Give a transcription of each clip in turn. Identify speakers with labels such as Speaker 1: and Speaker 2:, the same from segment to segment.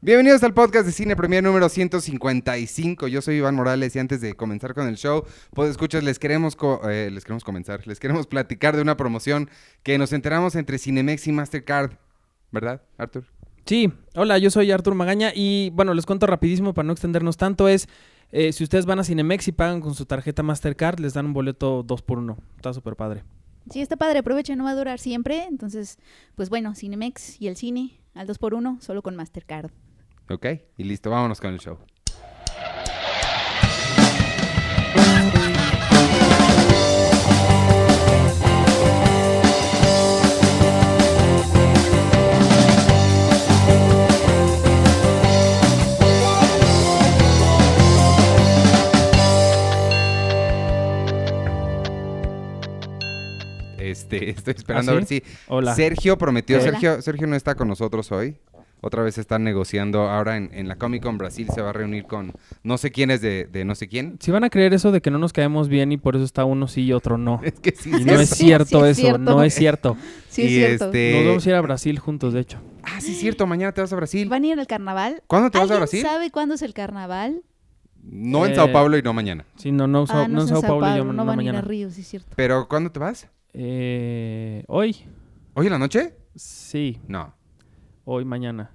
Speaker 1: Bienvenidos al podcast de Cine Premier número 155. Yo soy Iván Morales y antes de comenzar con el show, pues escuchas, les queremos, co- eh, les queremos comenzar, les queremos platicar de una promoción que nos enteramos entre Cinemex y Mastercard, ¿verdad, Arthur?
Speaker 2: Sí, hola, yo soy Artur Magaña y bueno, les cuento rapidísimo para no extendernos tanto, es eh, si ustedes van a Cinemex y pagan con su tarjeta Mastercard, les dan un boleto 2 por 1 Está súper padre.
Speaker 3: Sí, está padre, aprovecha, no va a durar siempre. Entonces, pues bueno, Cinemex y el cine al 2x1, solo con Mastercard.
Speaker 1: Ok, y listo, vámonos con el show. Este, estoy esperando a
Speaker 2: ¿Ah,
Speaker 1: ver
Speaker 2: sí?
Speaker 1: si
Speaker 2: Hola.
Speaker 1: Sergio prometió,
Speaker 3: Hola.
Speaker 1: Sergio, Sergio no está con nosotros hoy. Otra vez están negociando. Ahora en, en la Comic Con Brasil se va a reunir con no sé quién es de, de no sé quién.
Speaker 2: Si van a creer eso de que no nos caemos bien y por eso está uno sí y otro no.
Speaker 1: Es que sí.
Speaker 2: Y
Speaker 1: sí
Speaker 2: no es
Speaker 1: es-
Speaker 2: cierto
Speaker 3: Sí, es
Speaker 2: eso,
Speaker 3: cierto.
Speaker 2: no es cierto.
Speaker 3: Sí,
Speaker 1: y
Speaker 3: es cierto.
Speaker 1: este-
Speaker 2: Nos vamos a ir a Brasil juntos, de hecho.
Speaker 1: Ah, sí, es cierto. Mañana te vas a Brasil.
Speaker 3: ¿Van a ir al carnaval?
Speaker 1: ¿Cuándo te vas a
Speaker 3: ¿Alguien
Speaker 1: Brasil?
Speaker 3: sabe cuándo es el carnaal?
Speaker 1: No en Sao
Speaker 2: Eh,
Speaker 1: Paulo y no mañana.
Speaker 2: Sí, no, no, Sao-
Speaker 3: ah,
Speaker 2: no en Sao Paulo, yo
Speaker 3: no
Speaker 2: no
Speaker 3: van a
Speaker 2: mañana.
Speaker 3: ir a Río, sí es cierto.
Speaker 1: Pero ¿cuándo te vas?
Speaker 2: Eh, hoy,
Speaker 1: ¿Hoy en la noche?
Speaker 2: sí,
Speaker 1: No.
Speaker 2: hoy, mañana.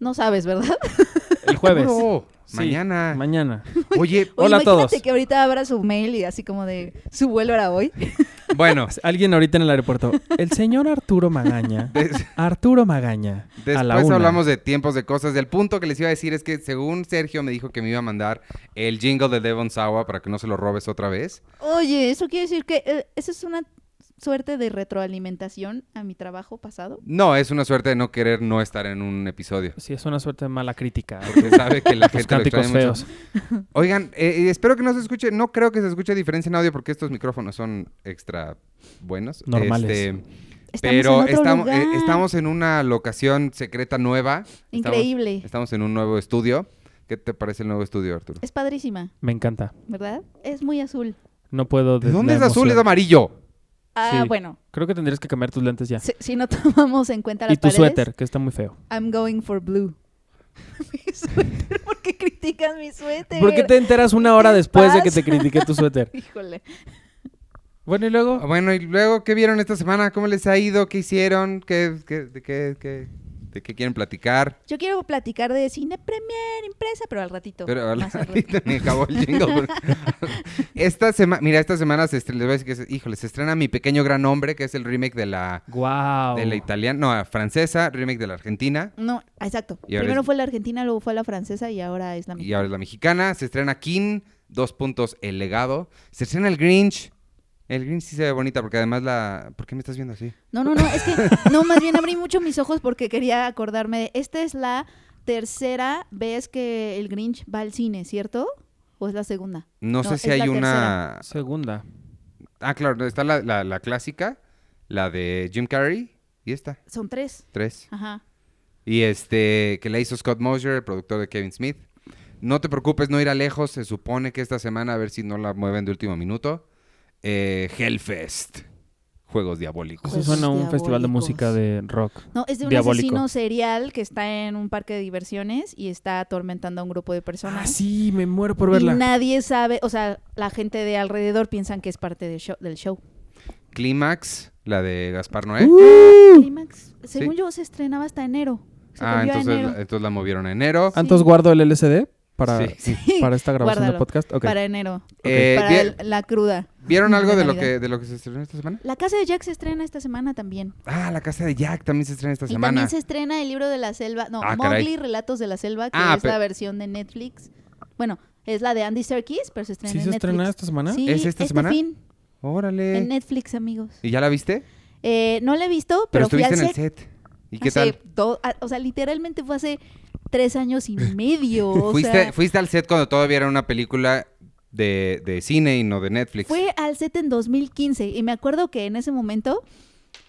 Speaker 3: No sabes, ¿verdad?
Speaker 2: El jueves.
Speaker 1: Seguro.
Speaker 2: Sí,
Speaker 1: Mañana.
Speaker 2: Mañana.
Speaker 1: Oye,
Speaker 3: Oye,
Speaker 2: Hola a
Speaker 3: imagínate
Speaker 2: todos.
Speaker 3: que ahorita abra su mail y así como de su vuelo era hoy.
Speaker 1: bueno.
Speaker 2: Alguien ahorita en el aeropuerto. El señor Arturo Magaña.
Speaker 1: des-
Speaker 2: Arturo Magaña. a la
Speaker 1: después
Speaker 2: una.
Speaker 1: hablamos de tiempos de cosas. El punto que les iba a decir es que según Sergio me dijo que me iba a mandar el jingle de Devon Sawa para que no se lo robes otra vez.
Speaker 3: Oye, eso quiere decir que eh, eso es una suerte de retroalimentación a mi trabajo pasado.
Speaker 1: No, es una suerte de no querer no estar en un episodio.
Speaker 2: Sí, es una suerte de mala crítica.
Speaker 1: Porque sabe que la
Speaker 2: Tus
Speaker 1: gente lo
Speaker 2: cánticos
Speaker 1: extraña mucho.
Speaker 2: feos.
Speaker 1: Oigan, eh, eh, espero que no se escuche. No creo que se escuche diferencia en audio porque estos micrófonos son extra buenos.
Speaker 2: Normales.
Speaker 1: Este,
Speaker 3: Estamos
Speaker 1: pero
Speaker 3: en otro
Speaker 1: estamos, eh,
Speaker 3: lugar.
Speaker 1: estamos en una locación secreta nueva. Estamos-
Speaker 3: Increíble.
Speaker 1: Estamos, en un nuevo estudio. ¿Qué te parece el nuevo estudio, Arturo?
Speaker 3: Es padrísima,
Speaker 2: Me encanta.
Speaker 3: ¿verdad? Es muy azul.
Speaker 2: No puedo.
Speaker 1: ¿De dónde
Speaker 2: Pues la
Speaker 1: es azul? Es
Speaker 2: emoción.
Speaker 1: amarillo.
Speaker 3: Ah,
Speaker 2: Sí.
Speaker 3: bueno,
Speaker 2: Creo que tendrías que cambiar tus lentes ya.
Speaker 3: si, si no tomamos en cuenta las
Speaker 2: Y tu
Speaker 3: paredes,
Speaker 2: suéter, que está muy feo.
Speaker 3: I'm going for blue. mi suéter, ¿por qué critican mi suéter?
Speaker 2: ¿Por qué te enteras una hora
Speaker 3: ¿Qué
Speaker 2: después de que
Speaker 3: pasa?
Speaker 2: te critiqué tu suéter?
Speaker 3: Híjole.
Speaker 2: Bueno, y luego.
Speaker 1: Bueno, y luego, ¿qué vieron esta semana? ¿Cómo les ha ido? ¿Qué hicieron? ¿Qué, qué- de, qué, qué- de qué quieren platicar?
Speaker 3: Yo quiero platicar de cine premier, impresa, pero al ratito.
Speaker 1: Pero
Speaker 3: más al ratito.
Speaker 1: ahorita me acabó el jingle. porque- esta semana, mira, esta semana se estrena, les voy a decir que se- híjole, se estrena Mi Pequeño Gran Hombre, que es el remake de la,
Speaker 2: ¡Wow!
Speaker 1: de la italiana, no, francesa, remake de la argentina.
Speaker 3: No, exacto.
Speaker 1: Y ahora
Speaker 3: Primero
Speaker 1: es-
Speaker 3: fue la argentina, luego fue la francesa y ahora es la
Speaker 1: Y
Speaker 3: mexicana.
Speaker 1: ahora es la mexicana. Se estrena King, dos puntos, El Legado. Se estrena El Grinch. El Grinch sí se ve bonita porque además la... ¿Por qué me estás viendo así?
Speaker 3: No, no, no, es que no, más bien abrí mucho mis ojos porque quería acordarme de esta es la tercera vez que el Grinch va al cine, ¿cierto? ¿O es la segunda?
Speaker 1: No,
Speaker 3: No,
Speaker 1: sé si
Speaker 3: es
Speaker 1: hay
Speaker 3: la
Speaker 1: una...
Speaker 2: Segunda.
Speaker 1: Ah, claro, está la, la- la clásica, la de Jim Carrey y esta,
Speaker 3: Son tres.
Speaker 1: tres.
Speaker 3: Ajá.
Speaker 1: Y este, que la hizo Scott Mosier, el productor de Kevin Smith. No te preocupes, no irá lejos. Se supone que esta semana, a ver si no la mueven de último minuto. Eh, Hellfest. Juegos diabólicos.
Speaker 2: Eso suena a un
Speaker 3: Juegos
Speaker 2: festival de música de rock.
Speaker 3: No, es de un
Speaker 2: Diabólico.
Speaker 3: asesino serial que está en un parque de diversiones y está atormentando a un grupo de personas.
Speaker 2: Ah, sí, me muero por
Speaker 3: Y
Speaker 2: verla.
Speaker 3: nadie sabe, o sea, la gente de alrededor piensan que es parte de show- del show.
Speaker 1: Clímax, la de Gaspar Noé.
Speaker 3: Uh, Clímax, según yo, se estrenaba hasta enero. Se
Speaker 1: ah,
Speaker 3: cambió a
Speaker 1: entonces,
Speaker 3: enero.
Speaker 1: entonces la movieron a enero.
Speaker 2: Ah, Entonces guardo el LCD para,
Speaker 1: Sí, sí.
Speaker 2: para esta grabación
Speaker 3: Guárdalo.
Speaker 2: de podcast. Ok.
Speaker 3: Para enero.
Speaker 1: Eh,
Speaker 3: para
Speaker 1: bien-
Speaker 3: el- la cruda.
Speaker 1: ¿Vieron algo
Speaker 3: de
Speaker 1: de lo,
Speaker 3: Navidad.
Speaker 1: que, de lo que se estrenó esta semana?
Speaker 3: La casa de Jack se estrena esta semana también.
Speaker 1: Ah, La Casa de Jack también se estrena esta
Speaker 3: y
Speaker 1: semana.
Speaker 3: también se estrena el libro de la selva, no,
Speaker 1: Ah, caray.
Speaker 3: Mowgli, Relatos de la Selva, que
Speaker 1: Ah,
Speaker 3: es
Speaker 1: pe-
Speaker 3: la versión de Netflix. Bueno, es la de Andy Serkis, pero se estrena
Speaker 2: ¿Sí
Speaker 3: en
Speaker 2: se
Speaker 3: Netflix.
Speaker 2: estrena esta semana?
Speaker 3: Sí,
Speaker 1: ¿Es esta
Speaker 3: este
Speaker 1: semana? Eh,
Speaker 3: fin,
Speaker 1: Órale.
Speaker 3: en Netflix, amigos.
Speaker 1: ¿Y ya la viste?
Speaker 3: Eh, no la he visto,
Speaker 1: Pero
Speaker 3: pero, fui
Speaker 1: estuviste
Speaker 3: al
Speaker 1: en el
Speaker 3: set Ah,
Speaker 1: set. ¿Y qué
Speaker 3: hace
Speaker 1: tal?
Speaker 3: do- a- o sea, literalmente fue hace tres años y medio. o
Speaker 1: Fuiste,
Speaker 3: sea,
Speaker 1: fuiste al set cuando todavía era una película de, de cine y no de Netflix.
Speaker 3: Fue al set en 2015 y me acuerdo que en ese momento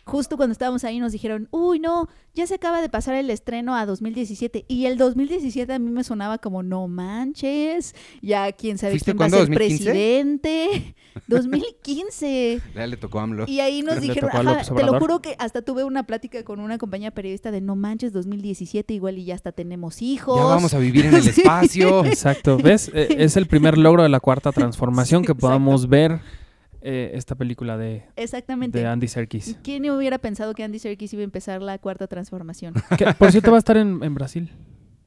Speaker 3: justo cuando estábamos ahí nos dijeron, uy, no, ya se acaba de pasar el estreno a 2017. Y el 2017 a mí me sonaba como, no manches, ya quién sabe
Speaker 1: ¿Fuiste
Speaker 3: quién va a
Speaker 1: cuándo,
Speaker 3: ser
Speaker 1: 2015?
Speaker 3: presidente. 2015.
Speaker 1: Ya le tocó a AMLO.
Speaker 3: Y ahí nos
Speaker 2: Le
Speaker 3: dijeron,
Speaker 2: tocó a
Speaker 3: ajá,
Speaker 2: López
Speaker 3: te lo
Speaker 2: Obrador.
Speaker 3: juro que hasta tuve una plática con una compañía periodista de no manches 2017, igual y ya hasta tenemos hijos.
Speaker 1: Ya vamos a vivir en el
Speaker 3: Sí.
Speaker 1: espacio.
Speaker 2: Oh, Exacto, ¿ves? Eh, es el primer logro de la cuarta transformación
Speaker 3: Sí,
Speaker 2: que podamos ver eh, esta película de,
Speaker 3: Exactamente.
Speaker 2: de Andy
Speaker 3: ¿Y
Speaker 2: Serkis.
Speaker 3: ¿Quién hubiera pensado que Andy Serkis iba a empezar la cuarta transformación?
Speaker 1: Ah,
Speaker 2: Que, por cierto, va a estar en, en Brasil.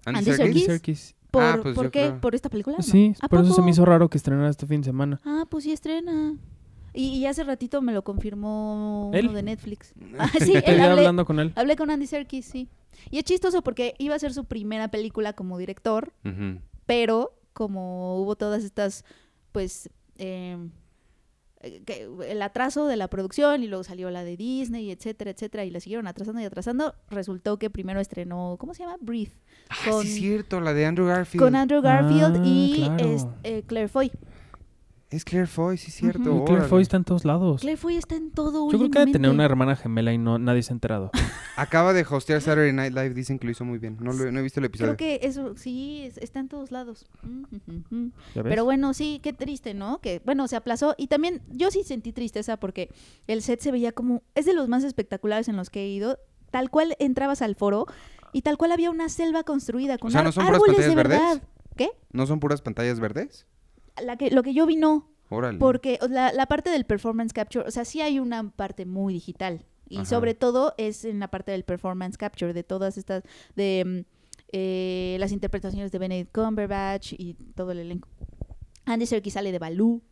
Speaker 3: Andy
Speaker 2: Andy
Speaker 3: Serkis?
Speaker 2: Serkis.
Speaker 3: ¿Por,
Speaker 1: Ah, pues
Speaker 3: ¿por
Speaker 1: yo
Speaker 3: qué?
Speaker 1: creo.
Speaker 3: ¿Por esta película? ¿No?
Speaker 2: Pues Sí,
Speaker 3: ¿A
Speaker 2: por eso se
Speaker 3: poco?
Speaker 2: me hizo raro que estrenara este fin de semana.
Speaker 3: Ah, pues sí estrena. Y, y hace ratito me lo confirmó
Speaker 2: ¿Él?
Speaker 3: uno de Netflix. Ah, sí,
Speaker 2: Estoy
Speaker 3: él, hablé,
Speaker 2: hablando con él.
Speaker 3: hablé con Andy Serkis, sí. Y es chistoso porque iba a ser su primera película como director,
Speaker 1: Ujú.
Speaker 3: pero como hubo todas estas, pues, em, eh, que- el atraso de la producción y luego salió la de Disney, etcétera, etcétera, y la siguieron atrasando y atrasando, resultó que primero estrenó, ¿cómo se llama? Breathe,
Speaker 1: Ah,
Speaker 3: Con-
Speaker 1: sí, es cierto, la de Andrew Garfield.
Speaker 3: con Andrew Garfield
Speaker 2: Ah,
Speaker 3: y
Speaker 2: claro.
Speaker 3: es- eh, Claire Foy.
Speaker 1: Es Claire Foy, sí, es
Speaker 3: Ujú.
Speaker 1: cierto.
Speaker 2: Y Claire
Speaker 1: órale.
Speaker 2: Foy está en todos lados.
Speaker 3: Claire Foy está en todo
Speaker 2: Pues Yo creo que ha de tener
Speaker 3: últimamente.
Speaker 2: una hermana gemela y no nadie se ha enterado.
Speaker 1: Acaba de hostear Saturday Night Live, dicen que lo hizo muy bien. No, lo- no he visto el episodio.
Speaker 3: Creo que eso, sí, es- está en todos lados. Mm, mm, mm, mm.
Speaker 2: ¿Ya ves?
Speaker 3: Pero bueno, sí, qué triste, ¿no? Que, bueno, se aplazó. Y también yo sí sentí tristeza porque el set se veía como... Es de los más espectaculares en los que he ido. Tal cual entrabas al foro y tal cual había una selva construida con
Speaker 1: O sea,
Speaker 3: ar-
Speaker 1: ¿no son puras
Speaker 3: árboles de
Speaker 1: pantallas verdes?
Speaker 3: verdad. ¿Qué?
Speaker 1: ¿No son puras pantallas verdes?
Speaker 3: La que, lo que yo vi no.
Speaker 1: Órale.
Speaker 3: Porque o, la, la parte del performance capture, o sea, sí hay una parte muy digital. Y
Speaker 1: Ajá.
Speaker 3: sobre todo es en la parte del performance capture, de todas estas, de mm, eh, las interpretaciones de Benedict Cumberbatch y todo el elenco. Andy Serkis sale de Balú.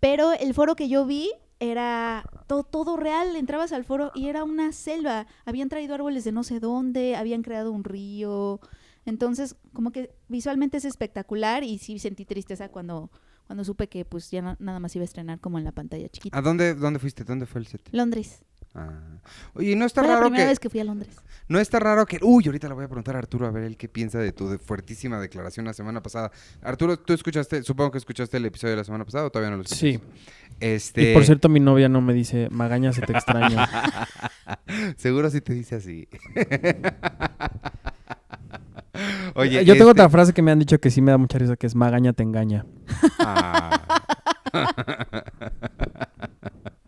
Speaker 3: Pero el foro que yo vi era to- todo real. Entrabas al foro y era una selva. Habían traído árboles de no sé dónde, habían creado un río. Entonces, como que visualmente es espectacular y sí sentí tristeza cuando, cuando supe que pues ya na- nada más iba a estrenar como en la pantalla chiquita.
Speaker 1: ¿A dónde, dónde fuiste? ¿Dónde fue el set?
Speaker 3: Londres.
Speaker 1: Ah. Oye, ¿no está
Speaker 3: Fue la
Speaker 1: raro
Speaker 3: primera
Speaker 1: que...
Speaker 3: vez que fui a Londres.
Speaker 1: No está raro que... Uy, ahorita le voy a preguntar a Arturo a ver él qué piensa de tu de- fuertísima declaración la semana pasada. Arturo, tú escuchaste... Supongo que escuchaste el episodio de la semana pasada o todavía no lo escuchaste.
Speaker 2: Sí.
Speaker 1: Este...
Speaker 2: Y por cierto, mi novia no me dice, Magaña, se te extraño.
Speaker 1: Seguro si te dice así. Oye,
Speaker 2: Yo tengo
Speaker 1: este-
Speaker 2: otra frase que me han dicho que sí me da mucha risa, que es Magaña te engaña.
Speaker 1: Ah.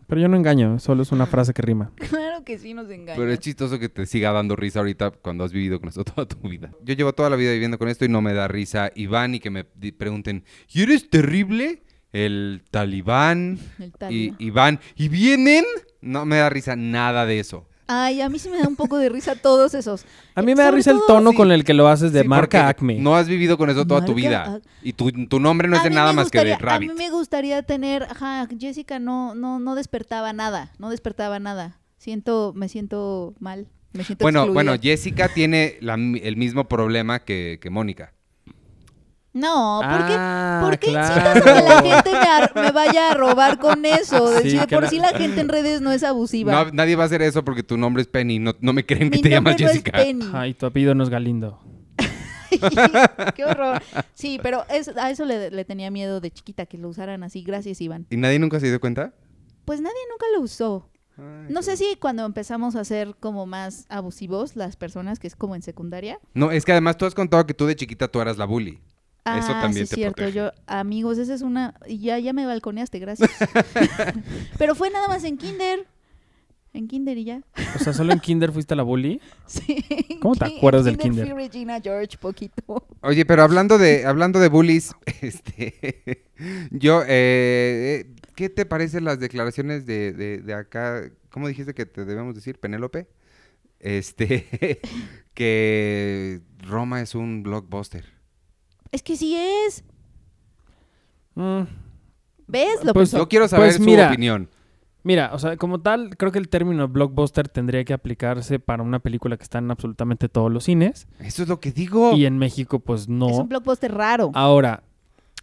Speaker 2: Pero yo no engaño, solo es una frase que rima.
Speaker 3: Claro que sí nos engañan.
Speaker 1: Pero es chistoso que te siga dando risa ahorita cuando has vivido con esto toda tu vida. Yo llevo toda la vida viviendo con esto y no me da risa Iván y que me di- pregunten, ¿y eres terrible? El talibán
Speaker 3: El
Speaker 1: y
Speaker 3: talibán.
Speaker 1: Iván y vienen. No me da risa nada de eso.
Speaker 3: Ay, a mí sí me da un poco de risa todos esos.
Speaker 2: A mí me da
Speaker 3: Sobre
Speaker 2: risa el
Speaker 3: todo-
Speaker 2: tono
Speaker 1: sí.
Speaker 2: con el que lo haces de
Speaker 1: Sí,
Speaker 2: marca
Speaker 1: porque
Speaker 2: Acme.
Speaker 1: No has vivido con eso toda tu
Speaker 3: Marca
Speaker 1: vida.
Speaker 3: Ac-
Speaker 1: Y tu, tu nombre no es
Speaker 3: A
Speaker 1: de
Speaker 3: mí
Speaker 1: nada
Speaker 3: me
Speaker 1: más que de
Speaker 3: gustaría-
Speaker 1: Rabbit.
Speaker 3: A mí me gustaría tener, ajá, Jessica no, no, no despertaba nada, no despertaba nada. Siento, me siento mal, me siento
Speaker 1: Bueno,
Speaker 3: excluida.
Speaker 1: bueno, Jessica tiene la mi- el mismo problema que, que Mónica.
Speaker 3: No, ¿por qué?
Speaker 2: Ah,
Speaker 3: ¿Por qué
Speaker 2: claro.
Speaker 3: incitas a que la gente me, ar- me vaya a robar con eso? De,
Speaker 2: Sí,
Speaker 3: si de
Speaker 2: que
Speaker 3: por
Speaker 2: la-
Speaker 3: sí la gente en redes no es abusiva.
Speaker 1: No, nadie va a hacer eso porque tu nombre es Penny. No, no me creen que
Speaker 3: Mi
Speaker 1: te llamas
Speaker 3: nombre no es
Speaker 1: Jessica.
Speaker 3: Penny.
Speaker 2: Ajá, y tu apellido no es Galindo.
Speaker 3: qué horror. Sí, pero es- a eso le, le tenía miedo de chiquita que lo usaran así. Gracias, Iván.
Speaker 1: ¿Y nadie nunca se dio cuenta?
Speaker 3: Pues nadie nunca lo usó. No sé si cuando empezamos a ser como más abusivos las personas, que es como en secundaria.
Speaker 1: No, es que además tú has contado que tú de chiquita tú eras la bully.
Speaker 3: Ah,
Speaker 1: Eso también
Speaker 3: sí,
Speaker 1: te
Speaker 3: cierto.
Speaker 1: protege.
Speaker 3: Yo, amigos, esa es una... y Ya, ya me balconeaste, gracias. Pero fue nada más en kinder. En kinder y ya.
Speaker 2: O sea, solo en Kinder fuiste a la bully.
Speaker 3: Sí. en
Speaker 2: ¿Cómo te
Speaker 3: ki- en
Speaker 2: acuerdas del kinder?
Speaker 3: fui Regina George, poquito.
Speaker 1: Oye, pero hablando de, hablando de bullies, este, yo, eh, eh, ¿qué te parecen las declaraciones de, de- de acá? ¿Cómo dijiste que te debemos decir, Penélope? Este, que Roma es un blockbuster.
Speaker 3: Es que sí es.
Speaker 2: Mm,
Speaker 3: ¿Ves? Lo
Speaker 2: Pues
Speaker 3: pensó.
Speaker 1: Yo quiero saber
Speaker 2: Pues
Speaker 1: su
Speaker 2: mira.
Speaker 1: opinión.
Speaker 2: Mira, o sea, como tal, creo que el término blockbuster tendría que aplicarse para una película que está en absolutamente todos los cines.
Speaker 1: Eso es lo que digo.
Speaker 2: Y en México, pues no. Ah,
Speaker 3: Es un blockbuster raro.
Speaker 2: Ahora,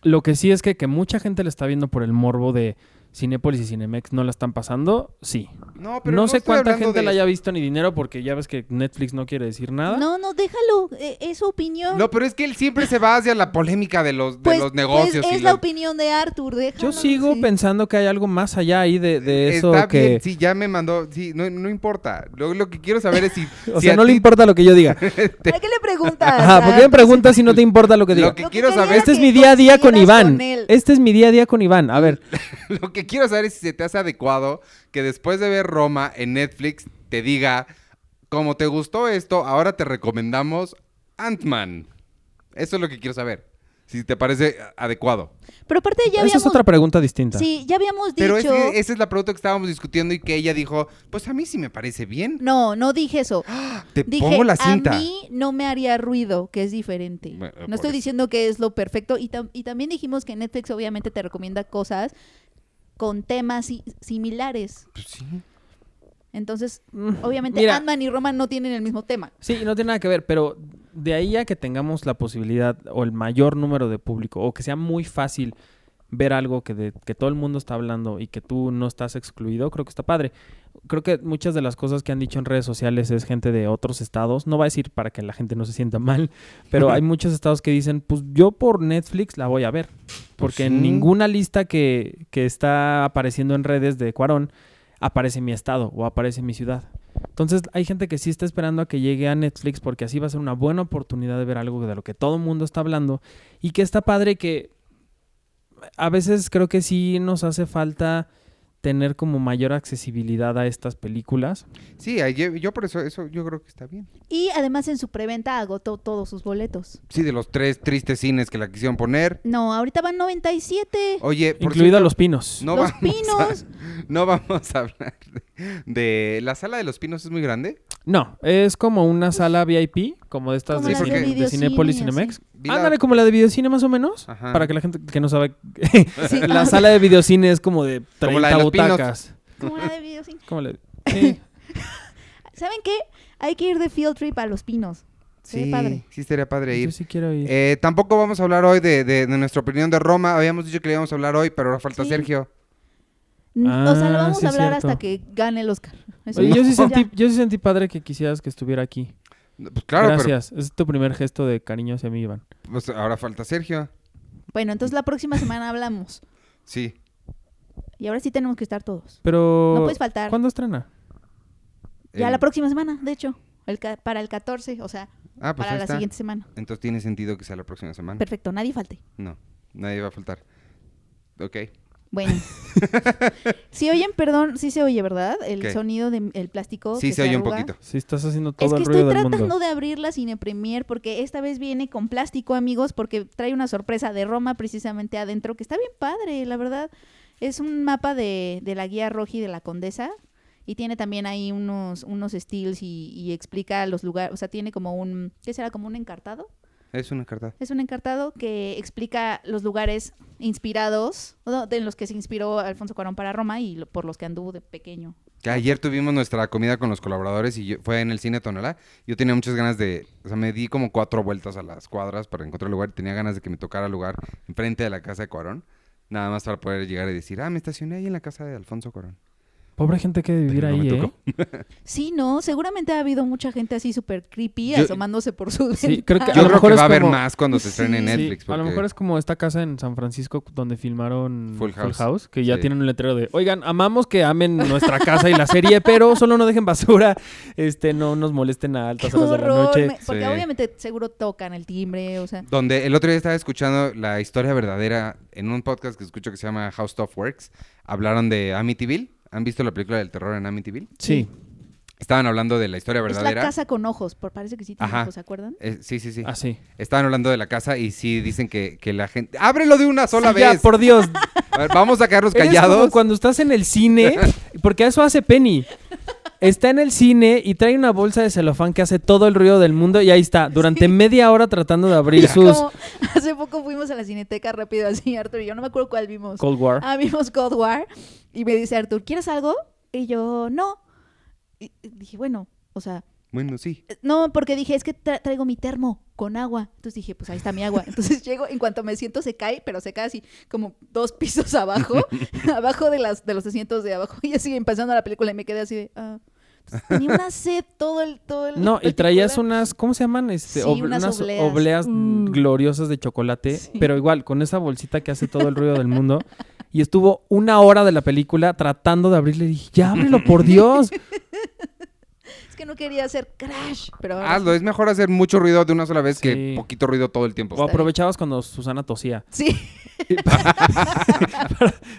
Speaker 2: lo que sí es que, que mucha gente le está viendo por el morbo de Cinépolis y Cinemex no la están pasando, sí.
Speaker 1: Ah, No,
Speaker 2: no, sé
Speaker 1: estoy
Speaker 2: cuánta
Speaker 1: hablando
Speaker 2: gente
Speaker 1: de
Speaker 2: la
Speaker 1: eso.
Speaker 2: haya visto ni dinero porque ya ves que Netflix no quiere decir nada.
Speaker 3: No, no, déjalo. eh, es su opinión.
Speaker 1: No, pero es que él siempre se va hacia la polémica de los, de
Speaker 3: Pues-
Speaker 1: los negocios.
Speaker 3: pues
Speaker 1: y
Speaker 3: es la
Speaker 1: los-
Speaker 3: opinión de Arthur. déjalo,
Speaker 2: Yo sigo
Speaker 3: sí.
Speaker 2: pensando que hay algo más allá ahí de, de eso
Speaker 1: Está
Speaker 2: que...
Speaker 1: bien, sí, ya me mandó. Sí, no, no importa. Lo, lo que quiero saber es si.
Speaker 2: O
Speaker 1: si
Speaker 2: sea,
Speaker 1: a
Speaker 2: no le
Speaker 1: ti-
Speaker 2: importa lo que yo diga.
Speaker 3: ¿Para qué le preguntas?
Speaker 2: Ajá, ¿por qué me
Speaker 3: Arthur?
Speaker 2: preguntas si no te importa lo que
Speaker 1: Lo
Speaker 2: diga?
Speaker 1: que
Speaker 3: Lo que
Speaker 1: quiero
Speaker 3: quería
Speaker 1: saber-
Speaker 3: era
Speaker 2: Este es
Speaker 3: que
Speaker 2: mi día a día con
Speaker 3: coincidieras
Speaker 2: Iván.
Speaker 3: él.
Speaker 2: Este es mi día a día con Iván. A ver,
Speaker 1: Lo que quiero saber es si se te hace adecuado que después de ver Roma en Netflix te diga, como te gustó esto, ahora te recomendamos Ant-Man. Eso es lo que quiero saber. Si te parece adecuado.
Speaker 3: Pero aparte ya
Speaker 2: esa
Speaker 3: habíamos...
Speaker 2: es otra pregunta distinta.
Speaker 3: Sí, ya habíamos dicho...
Speaker 1: Pero es que esa es la pregunta que estábamos discutiendo y que ella dijo, pues a mí sí me parece bien. ¡Ah!
Speaker 3: No, no dije eso.
Speaker 1: Te
Speaker 3: Dije,
Speaker 1: pongo la cinta.
Speaker 3: a mí no me haría ruido, que es diferente.
Speaker 1: Bueno, por
Speaker 3: no estoy
Speaker 1: eso.
Speaker 3: diciendo que es lo perfecto. Y, tam- y también dijimos que Netflix obviamente te recomienda cosas con temas si- similares.
Speaker 1: Pues sí.
Speaker 3: Entonces,
Speaker 1: Mm,
Speaker 3: obviamente
Speaker 2: Mira.
Speaker 3: Ant-Man y Roma no tienen el mismo tema.
Speaker 2: Sí, no tiene nada que ver, pero de ahí a que tengamos la posibilidad o el mayor número de público o que sea muy fácil ver algo que, de, que todo el mundo está hablando y que tú no estás excluido, creo que está padre. Creo que muchas de las cosas que han dicho en redes sociales es gente de otros estados. No va a decir para que la gente no se sienta mal, pero hay muchos estados que dicen, pues yo por Netflix la voy a ver. Porque en
Speaker 1: Pues sí.
Speaker 2: ninguna lista que, que está apareciendo en redes de Cuarón aparece mi estado o aparece mi ciudad. Entonces hay gente que sí está esperando a que llegue a Netflix porque así va a ser una buena oportunidad de ver algo de lo que todo el mundo está hablando y que está padre que a veces creo que sí nos hace falta tener como mayor accesibilidad a estas películas.
Speaker 1: Sí, ahí yo, yo por eso, eso yo creo que está bien.
Speaker 3: Y además en su preventa agotó todos sus boletos.
Speaker 1: Sí, de los tres tristes cines que la quisieron poner.
Speaker 3: No, ahorita van 97.
Speaker 1: Oye, por
Speaker 2: Incluido a
Speaker 1: cierto,
Speaker 2: Los Pinos.
Speaker 1: no
Speaker 3: Los
Speaker 1: vamos a-
Speaker 3: pinos.
Speaker 1: No vamos a hablar de, de- La sala de los pinos es muy grande.
Speaker 2: No, es como una sala VIP, como de estas
Speaker 3: Como
Speaker 2: de,
Speaker 1: las de
Speaker 2: de
Speaker 3: videocine
Speaker 2: Cinépolis
Speaker 3: y
Speaker 2: Cinemex.
Speaker 1: Vi la-
Speaker 2: Ándale, como la de videocine más o menos.
Speaker 1: Ajá.
Speaker 2: Para que la gente que no sabe,
Speaker 3: Sí.
Speaker 2: la sala de videocine es como de 30
Speaker 1: Como la de Los Pinos.
Speaker 2: butacas.
Speaker 3: Como la de videocine.
Speaker 2: Como la- sí.
Speaker 3: ¿Saben qué? Hay que ir de field trip a Los Pinos. Se ve
Speaker 1: Sí,
Speaker 3: padre.
Speaker 1: sí estaría padre
Speaker 2: Yo
Speaker 1: ir.
Speaker 2: sí quiero ir.
Speaker 1: Eh, tampoco vamos a hablar hoy de, de- de nuestra opinión de Roma. Habíamos dicho que le íbamos a hablar hoy, pero ahora falta
Speaker 3: Sí.
Speaker 1: Sergio.
Speaker 3: N- o sea, lo
Speaker 2: Ah,
Speaker 3: vamos
Speaker 2: sí
Speaker 3: a
Speaker 2: es
Speaker 3: hablar
Speaker 2: cierto.
Speaker 3: hasta que gane el Oscar. Eso
Speaker 2: Oye, yo, sí
Speaker 3: ya.
Speaker 2: sentí, yo sí sentí padre que quisieras que estuviera aquí.
Speaker 1: Pues claro,
Speaker 2: Gracias. Es tu primer gesto de cariño hacia mí, Iván.
Speaker 1: pero pues, ahora falta Sergio.
Speaker 3: Bueno, entonces la próxima semana hablamos.
Speaker 1: Sí.
Speaker 3: Y ahora sí tenemos que estar todos.
Speaker 2: Pero.
Speaker 3: No puedes faltar.
Speaker 2: ¿Cuándo estrena?
Speaker 3: Ya
Speaker 1: Eh,
Speaker 3: la próxima semana, de hecho. El ca- para el 14, o sea,
Speaker 1: Ah, pues
Speaker 3: para
Speaker 1: ahí
Speaker 3: la
Speaker 1: está.
Speaker 3: siguiente semana.
Speaker 1: Entonces tiene sentido que sea la próxima semana.
Speaker 3: Perfecto, nadie falte.
Speaker 1: No, nadie va a faltar. Ok.
Speaker 3: Bueno. si oyen, perdón, sí se oye, ¿verdad? El
Speaker 1: ¿Qué?
Speaker 3: sonido del plástico.
Speaker 1: Sí,
Speaker 3: que
Speaker 1: se oye un
Speaker 3: arruga.
Speaker 1: poquito.
Speaker 2: Si estás haciendo todo
Speaker 3: Es que
Speaker 2: el ruido
Speaker 3: estoy
Speaker 2: del
Speaker 3: tratando
Speaker 2: mundo.
Speaker 3: de abrir la Cine Premier porque esta vez viene con plástico, amigos, porque trae una sorpresa de Roma precisamente adentro, que está bien padre, la verdad. Es un mapa de, de la guía Roji de la Condesa y tiene también ahí unos, unos steals y, y explica los lugares, o sea, tiene como un, ¿qué será? Como un encartado.
Speaker 1: Es una carta.
Speaker 3: Es un encartado que explica los lugares inspirados, no, de los que se inspiró Alfonso Cuarón para Roma y lo- por los que anduvo de pequeño.
Speaker 1: Que ayer tuvimos nuestra comida con los colaboradores y yo- fue en el cine Tonalá. Yo tenía muchas ganas de, o sea, me di como cuatro vueltas a las cuadras para encontrar el lugar. Tenía ganas de que me tocara el lugar enfrente de la casa de Cuarón. Nada más para poder llegar y decir, ah, me estacioné ahí en la casa de Alfonso Cuarón.
Speaker 2: Pobre gente que debe vivir
Speaker 1: Pero no
Speaker 2: ahí,
Speaker 1: me
Speaker 2: ¿eh?
Speaker 1: tocó.
Speaker 3: Sí, no, seguramente ha habido mucha gente así súper creepy
Speaker 1: Yo-
Speaker 3: asomándose por su
Speaker 2: Sí, creo que-
Speaker 1: Yo
Speaker 2: lo
Speaker 1: creo
Speaker 2: mejor
Speaker 1: que
Speaker 2: es
Speaker 1: va a haber
Speaker 2: como-
Speaker 1: más cuando se estrene en
Speaker 3: Sí,
Speaker 1: Netflix.
Speaker 2: a lo
Speaker 1: porque-
Speaker 2: mejor es como esta casa en San Francisco donde filmaron
Speaker 1: Full House.
Speaker 2: que ya
Speaker 1: Sí.
Speaker 2: tienen un letrero de, oigan, amamos que amen nuestra casa y la serie, pero solo no dejen basura, este, no nos molesten a altas
Speaker 3: ¡Qué
Speaker 2: horas de la
Speaker 3: horror!
Speaker 2: noche.
Speaker 3: me- porque
Speaker 1: Sí.
Speaker 3: obviamente seguro tocan el timbre, o sea.
Speaker 1: Donde el otro día estaba escuchando la historia verdadera en un podcast que escucho que se llama How Stuff Works. Hablaron de Amityville. ¿Han visto la película del terror en Amityville?
Speaker 2: Sí,
Speaker 1: Estaban hablando de la historia
Speaker 3: Es la
Speaker 1: verdadera.
Speaker 3: casa con ojos, por, parece que sí tiene
Speaker 1: Ajá.
Speaker 3: ojos, ¿se acuerdan?
Speaker 1: Eh, sí, sí, sí.
Speaker 2: así.
Speaker 1: Estaban hablando de la casa y sí dicen que, que la gente. ¡Ábrelo de una sola
Speaker 2: Sí, ya,
Speaker 1: vez!
Speaker 2: por Dios,
Speaker 1: A ver, vamos a quedarnos
Speaker 2: Eres como
Speaker 1: callados.
Speaker 2: cuando estás en el cine, porque eso hace Penny. Está en el cine y trae una bolsa de celofán que hace todo el ruido del mundo y ahí está, durante media hora tratando de abrir sus
Speaker 3: Como hace poco fuimos a la cineteca rápido así, Arthur y yo no me acuerdo cuál vimos.
Speaker 2: Cold War.
Speaker 3: Ah, vimos God War y me dice Arthur, ¿quieres algo? Y yo, no. Y y dije, bueno, o sea,
Speaker 1: Bueno, sí.
Speaker 3: No, porque dije, es que tra- traigo mi termo con agua. Entonces dije, pues ahí está mi agua. Entonces llego, en cuanto me siento se cae, pero se cae así como dos pisos abajo, abajo de, las, de los asientos de abajo. Y así empezando la película y me quedé así de... ah. Entonces, tenía una sed todo el... Todo el
Speaker 2: No, y
Speaker 3: película.
Speaker 2: traías unas, ¿cómo se llaman? Este,
Speaker 3: Sí,
Speaker 2: ob-
Speaker 3: unas
Speaker 2: unas
Speaker 3: obleas.
Speaker 2: obleas,
Speaker 4: Mm.
Speaker 2: gloriosas de chocolate,
Speaker 3: Sí.
Speaker 2: pero igual, con esa bolsita que hace todo el ruido del mundo. Y estuvo una hora de la película tratando de abrirle. Y dije, ya ábrelo, por Dios.
Speaker 3: pues, Es que no quería hacer crash, pero... ahora
Speaker 1: Hazlo, es mejor hacer mucho ruido de una sola vez que
Speaker 2: Sí.
Speaker 1: poquito ruido todo el tiempo.
Speaker 2: O aprovechabas cuando Susana tosía
Speaker 3: Sí,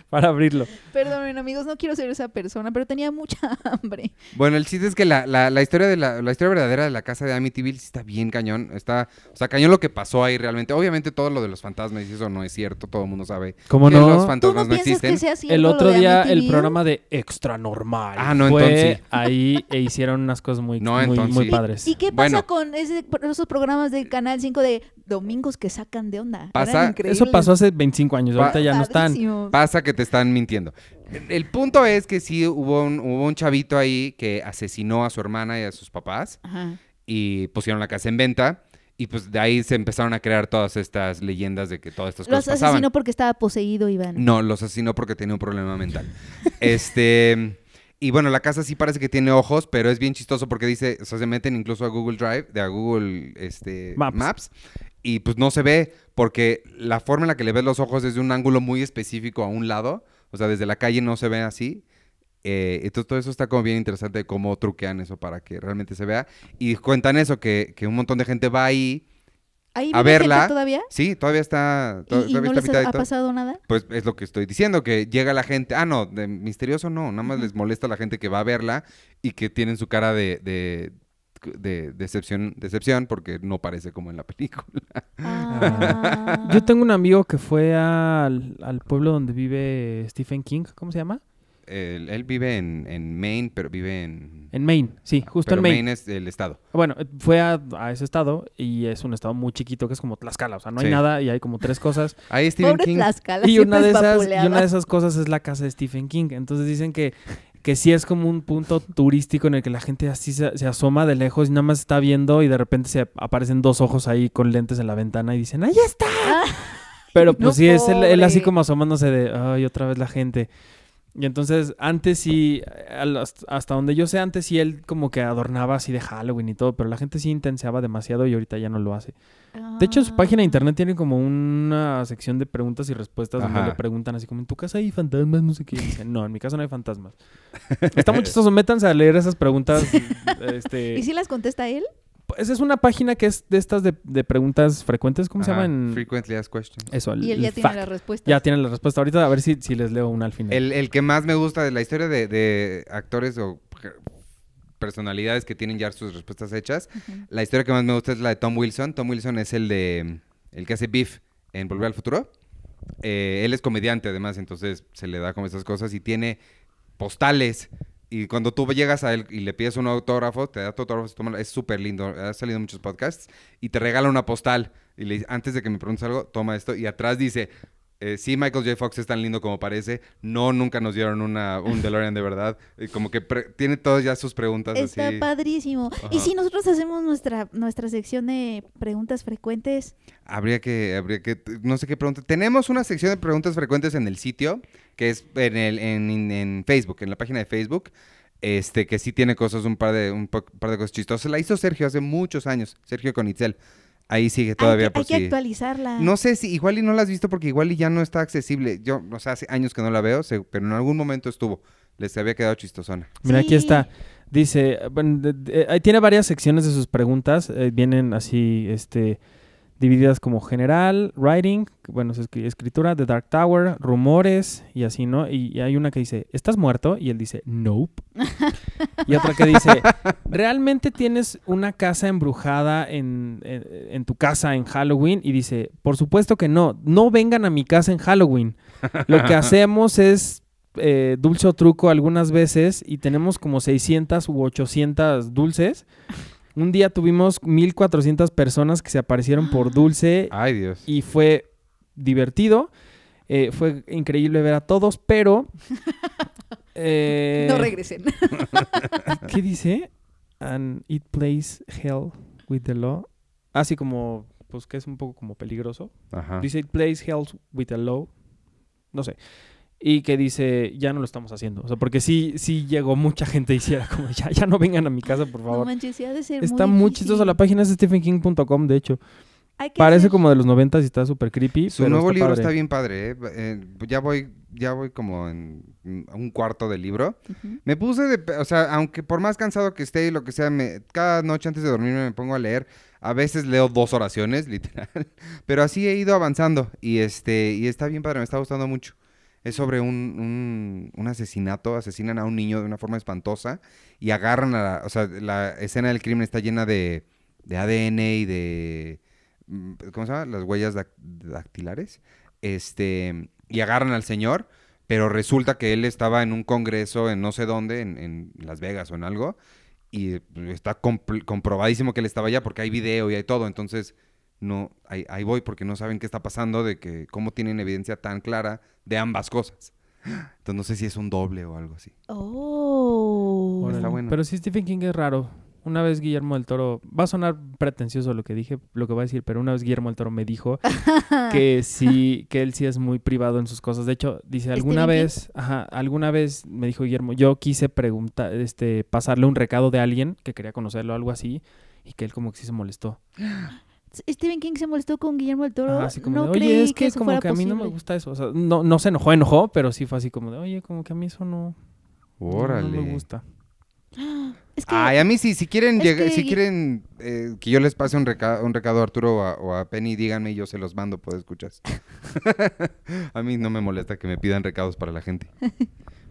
Speaker 2: para abrirlo.
Speaker 3: perdonen amigos, no quiero ser esa persona, pero tenía mucha hambre.
Speaker 1: Bueno, el chiste es que la, la- la historia de la, la historia verdadera de la casa de Amityville sí está bien cañón. Está, o sea, cañón lo que pasó ahí realmente. Obviamente todo lo de los fantasmas y eso no es cierto, todo el mundo sabe.
Speaker 2: ¿Cómo
Speaker 1: que Los
Speaker 2: no?
Speaker 3: ¿Tú no,
Speaker 1: fantasmas no,
Speaker 3: piensas
Speaker 1: existen.
Speaker 3: que sea cierto
Speaker 2: El
Speaker 3: lo
Speaker 2: otro
Speaker 3: de
Speaker 2: día el
Speaker 3: Amityville?
Speaker 2: programa de Extra Normal.
Speaker 1: Ah, no,
Speaker 2: fue
Speaker 1: entonces.
Speaker 2: ahí e hicieron unas cosas muy,
Speaker 1: No,
Speaker 2: muy,
Speaker 1: entonces.
Speaker 2: muy
Speaker 1: ¿Y-
Speaker 2: padres.
Speaker 3: ¿Y qué pasa
Speaker 1: Bueno.
Speaker 3: con ese- esos programas de Canal 5 de domingos que sacan de onda? Eran
Speaker 1: Pasa-
Speaker 3: increíbles.
Speaker 2: Eso pasó hace 25 años,
Speaker 1: Pa-
Speaker 2: ahorita ya no están.
Speaker 3: Padrísimos.
Speaker 1: Pasa que te están mintiendo. El- El punto es que sí hubo un, hubo un chavito ahí que asesinó a su hermana y a sus papás
Speaker 3: Ajá.
Speaker 1: y pusieron la casa en venta. Y pues de ahí se empezaron a crear todas estas leyendas de que todas
Speaker 2: pues,
Speaker 1: estas
Speaker 3: Los
Speaker 1: cosas pasaban.
Speaker 3: asesinó porque estaba poseído, Iván.
Speaker 1: No, los asesinó porque tenía un problema mental. este. Y bueno, la casa sí parece que tiene ojos, pero es bien chistoso porque dice, o sea, se meten incluso a Google Drive, de a Google este,
Speaker 2: Maps.
Speaker 1: Maps. y pues no se ve porque la forma en la que le ves los ojos es de un ángulo muy específico a un lado, o sea, desde la calle no se ve así. Eh, entonces todo eso está como bien interesante de cómo truquean eso para que realmente se vea. Y cuentan eso, que, que un montón de gente va ahí.
Speaker 3: ¿Ahí
Speaker 1: A
Speaker 3: vive gente
Speaker 1: verla,
Speaker 3: todavía?
Speaker 1: Sí, todavía está... to-
Speaker 3: ¿Y, y
Speaker 1: todavía está
Speaker 3: no les ha, ha
Speaker 1: pintadito.
Speaker 3: pasado nada?
Speaker 1: Pues es lo que estoy diciendo, que llega la gente, ah, no, de misterioso no, nada más les molesta a la gente que va a verla y que tienen su cara de, de, de decepción, decepción porque no parece como en la película.
Speaker 3: Ah.
Speaker 2: Yo tengo un amigo que fue al, al pueblo donde vive Stephen King, ¿cómo se llama?
Speaker 1: Él, él vive en, en Maine, pero vive en...
Speaker 2: En Maine, sí, justo
Speaker 1: Ah, pero
Speaker 2: en Maine.
Speaker 1: es el estado.
Speaker 2: Bueno, eh, fue a, a ese estado y es un estado muy chiquito que es como Tlaxcala, o sea, no hay
Speaker 1: Sí.
Speaker 2: nada y hay como tres cosas.
Speaker 1: Ahí Stephen
Speaker 3: Pobre
Speaker 1: King.
Speaker 3: Tlaxcala,
Speaker 2: y,
Speaker 3: siempre
Speaker 2: una de esas, y
Speaker 3: espapuleada.
Speaker 2: una de esas cosas es la casa de Stephen King. Entonces dicen que, que sí es como un punto turístico en el que la gente así se, se asoma de lejos y nada más está viendo y de repente se aparecen dos ojos ahí con lentes en la ventana y dicen, ¡ahí está!
Speaker 3: Ah.
Speaker 2: Pero pues
Speaker 3: No,
Speaker 2: sí, es él, él así
Speaker 3: pobre.
Speaker 2: como asomándose de, ay, otra vez la gente. Y entonces, antes sí, al- hasta- hasta donde yo sé, antes sí él como que adornaba así de Halloween y todo, pero la gente sí intenseaba demasiado y ahorita ya no lo hace. De hecho, en su
Speaker 3: Ah.
Speaker 2: página de internet tiene como una sección de preguntas y respuestas donde
Speaker 1: Ajá.
Speaker 2: le preguntan así como, ¿en tu casa hay fantasmas? No sé qué. Y dicen, no, en mi casa no hay fantasmas. Está muy chistoso, métanse a leer esas preguntas. este...
Speaker 3: ¿Y si las contesta él?
Speaker 2: Esa es una página que es de estas de, de preguntas frecuentes, ¿cómo se
Speaker 1: Ajá,
Speaker 2: llaman?
Speaker 1: Frequently Asked Questions.
Speaker 2: Eso, el,
Speaker 3: Y él
Speaker 2: el
Speaker 3: ya tiene
Speaker 2: fact.
Speaker 3: la respuesta.
Speaker 2: Ya tienen la respuesta. Ahorita a ver si, si les leo una al final.
Speaker 1: El, el que más me gusta de la historia de, de actores o personalidades que tienen ya sus respuestas hechas
Speaker 3: Ujú.
Speaker 1: La historia que más me gusta es la de Tom Wilson. Tom Wilson es el de el que hace Beef en Volver al Futuro. Eh, él es comediante, además, entonces se le da como esas cosas y tiene postales. Y cuando tú llegas a él y le pides un autógrafo, te da tu autógrafo, se toma- es súper lindo. Ha salido en muchos podcasts y te regala una postal. Y le dice, antes de que me preguntes algo, toma esto. Y atrás dice, eh, sí, Michael J. Fox es tan lindo como parece. No, nunca nos dieron una, un DeLorean de verdad. Y como que pre- tiene todas ya sus preguntas
Speaker 3: Está
Speaker 1: así.
Speaker 3: padrísimo. Y
Speaker 1: Ajá.
Speaker 3: si nosotros hacemos nuestra, nuestra sección de preguntas frecuentes,
Speaker 1: Habría que, habría que, no sé qué pregunta. Tenemos una sección de preguntas frecuentes en el sitio, que es en el, en, en- en Facebook, en la página de Facebook, este, que sí tiene cosas, un par de, un po- par de cosas chistosas. La hizo Sergio hace muchos años, Sergio Conitzel. Ahí sigue todavía
Speaker 3: hay que,
Speaker 1: por
Speaker 3: hay
Speaker 2: pues,
Speaker 3: que
Speaker 1: si-
Speaker 3: actualizarla.
Speaker 1: No sé si, igual y no la has visto porque igual y ya no está accesible. Yo, o sea, hace años que no la veo, se- pero en algún momento estuvo. Les había quedado chistosona.
Speaker 2: Mira,
Speaker 3: Sí.
Speaker 2: aquí está. Dice, bueno, de- de- eh, ahí tiene varias secciones de sus preguntas. eh, vienen así, este, divididas como general, writing, que, bueno, es escri- escritura, The Dark Tower, rumores y así, ¿no? Y, y hay una que dice, ¿estás muerto? Y él dice, nope. y otra que dice, ¿realmente tienes una casa embrujada en, en- en tu casa en Halloween? Y dice, por supuesto que no, no vengan a mi casa en Halloween. Lo que hacemos es eh, dulce o truco algunas veces y tenemos como 600 u 800 dulces. Un día tuvimos 1400 personas que se aparecieron por dulce
Speaker 1: Ay, Dios.
Speaker 2: y fue divertido. Eh, fue increíble ver a todos, pero... eh,
Speaker 3: No regresen.
Speaker 2: ¿Qué dice? and it plays hell with the law. Así como, pues que es un poco como peligroso.
Speaker 1: Ajá.
Speaker 2: Dice, it plays hell with the law. No sé. Y que dice, ya no lo estamos haciendo. O sea, porque sí, sí llegó mucha gente y hiciera como, ya, ya no vengan a mi casa, por
Speaker 3: No
Speaker 2: favor.
Speaker 3: manches, sí ha de ser
Speaker 2: está muy
Speaker 3: difícil.
Speaker 2: chistosa. La página es stephenking.com, de hecho.
Speaker 3: Hay que
Speaker 2: Parece
Speaker 3: hacer-
Speaker 2: como de los 90 y está súper creepy.
Speaker 1: Su
Speaker 2: pero
Speaker 1: nuevo libro
Speaker 2: padre.
Speaker 1: está bien padre, ¿eh? Eh, ya voy, ya voy como en mm, un cuarto del libro.
Speaker 3: Ujú.
Speaker 1: Me puse de, pe- o sea, aunque por más cansado que esté y lo que sea, me- cada noche antes de dormirme me pongo a leer. A veces leo dos oraciones, literal. Pero así he ido avanzando y este, y está bien padre, me está gustando mucho. Es sobre un, un- un asesinato, asesinan a un niño de una forma espantosa y agarran a la, o sea, la escena del crimen está llena de, de ADN y de, mm, ¿cómo se llama? Las huellas dac- dactilares. Este, y agarran al señor pero resulta que él estaba en un congreso en no sé dónde, en, en Las Vegas o en algo, y eh, está compl- comprobadísimo que él estaba allá porque hay video y hay todo, entonces no, ahí, ahí voy porque no saben qué está pasando, de que cómo tienen evidencia tan clara de ambas cosas. Entonces no sé si es un doble o algo así.
Speaker 3: Oh.
Speaker 2: Órale.
Speaker 1: Está bueno.
Speaker 2: Pero sí, Stephen King es raro. Una vez Guillermo del Toro, va a sonar pretencioso lo que dije, lo que voy a decir, pero una vez Guillermo del Toro me dijo que sí, que él sí es muy privado en sus cosas. De hecho, dice, alguna
Speaker 3: ¿Stephen King?
Speaker 2: vez, ajá, alguna vez me dijo Guillermo, yo quise preguntar, este, pasarle un recado de alguien que quería conocerlo, algo así, y que él como que sí se molestó.
Speaker 3: Stephen King se molestó con Guillermo del Toro.
Speaker 2: Ajá, así Ah, como
Speaker 3: no
Speaker 2: de,
Speaker 3: creí
Speaker 2: oye, es que,
Speaker 3: eso
Speaker 2: como
Speaker 3: fuera
Speaker 2: que a mí no me
Speaker 3: posible".
Speaker 2: gusta eso. O sea, no, no se enojó, enojó, pero sí fue así como de, oye, como que a mí eso no, no-
Speaker 1: Órale.
Speaker 2: no me gusta.
Speaker 3: Es que
Speaker 2: Ah,
Speaker 1: Ay, a mí sí, si quieren,
Speaker 3: Es
Speaker 1: llega-
Speaker 3: que-
Speaker 1: si quieren eh, que yo les pase un, reca- un recado a Arturo o a, o a Penny, díganme y yo se los mando, pues escuchas. a mí no me molesta que me pidan recados para la gente.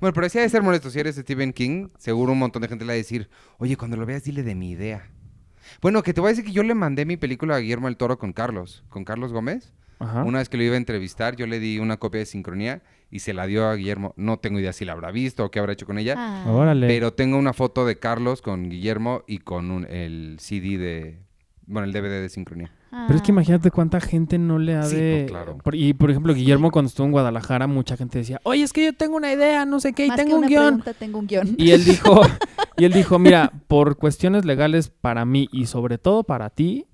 Speaker 1: Bueno, pero sí ha de ser molesto. Si eres Stephen King, seguro un montón de gente le va a decir, oye, cuando lo veas, dile de mi idea. Bueno, que te voy a decir que yo le mandé mi película a Guillermo el Toro con Carlos, con Carlos Gómez.
Speaker 2: Ajá.
Speaker 1: Una vez que lo iba a entrevistar, yo le di una copia de Sincronía y se la dio a Guillermo. No tengo idea si la habrá visto o qué habrá hecho con ella.
Speaker 3: ah,
Speaker 2: Órale.
Speaker 1: Pero tengo una foto de Carlos con Guillermo y con un- el CD de. Bueno, el DVD de Sincronía.
Speaker 2: Pero es que
Speaker 3: ah.
Speaker 2: imagínate cuánta gente no le ha
Speaker 1: Sí,
Speaker 2: de...
Speaker 1: pues, claro.
Speaker 2: por- y por ejemplo, Guillermo cuando estuvo en Guadalajara, mucha gente decía, oye, es que yo tengo una idea, no sé qué, y
Speaker 3: Más que
Speaker 2: tengo un
Speaker 3: una
Speaker 2: guión.
Speaker 3: pregunta, tengo un guión.
Speaker 2: Y él dijo, y él dijo, mira, por cuestiones legales para mí y sobre todo para ti,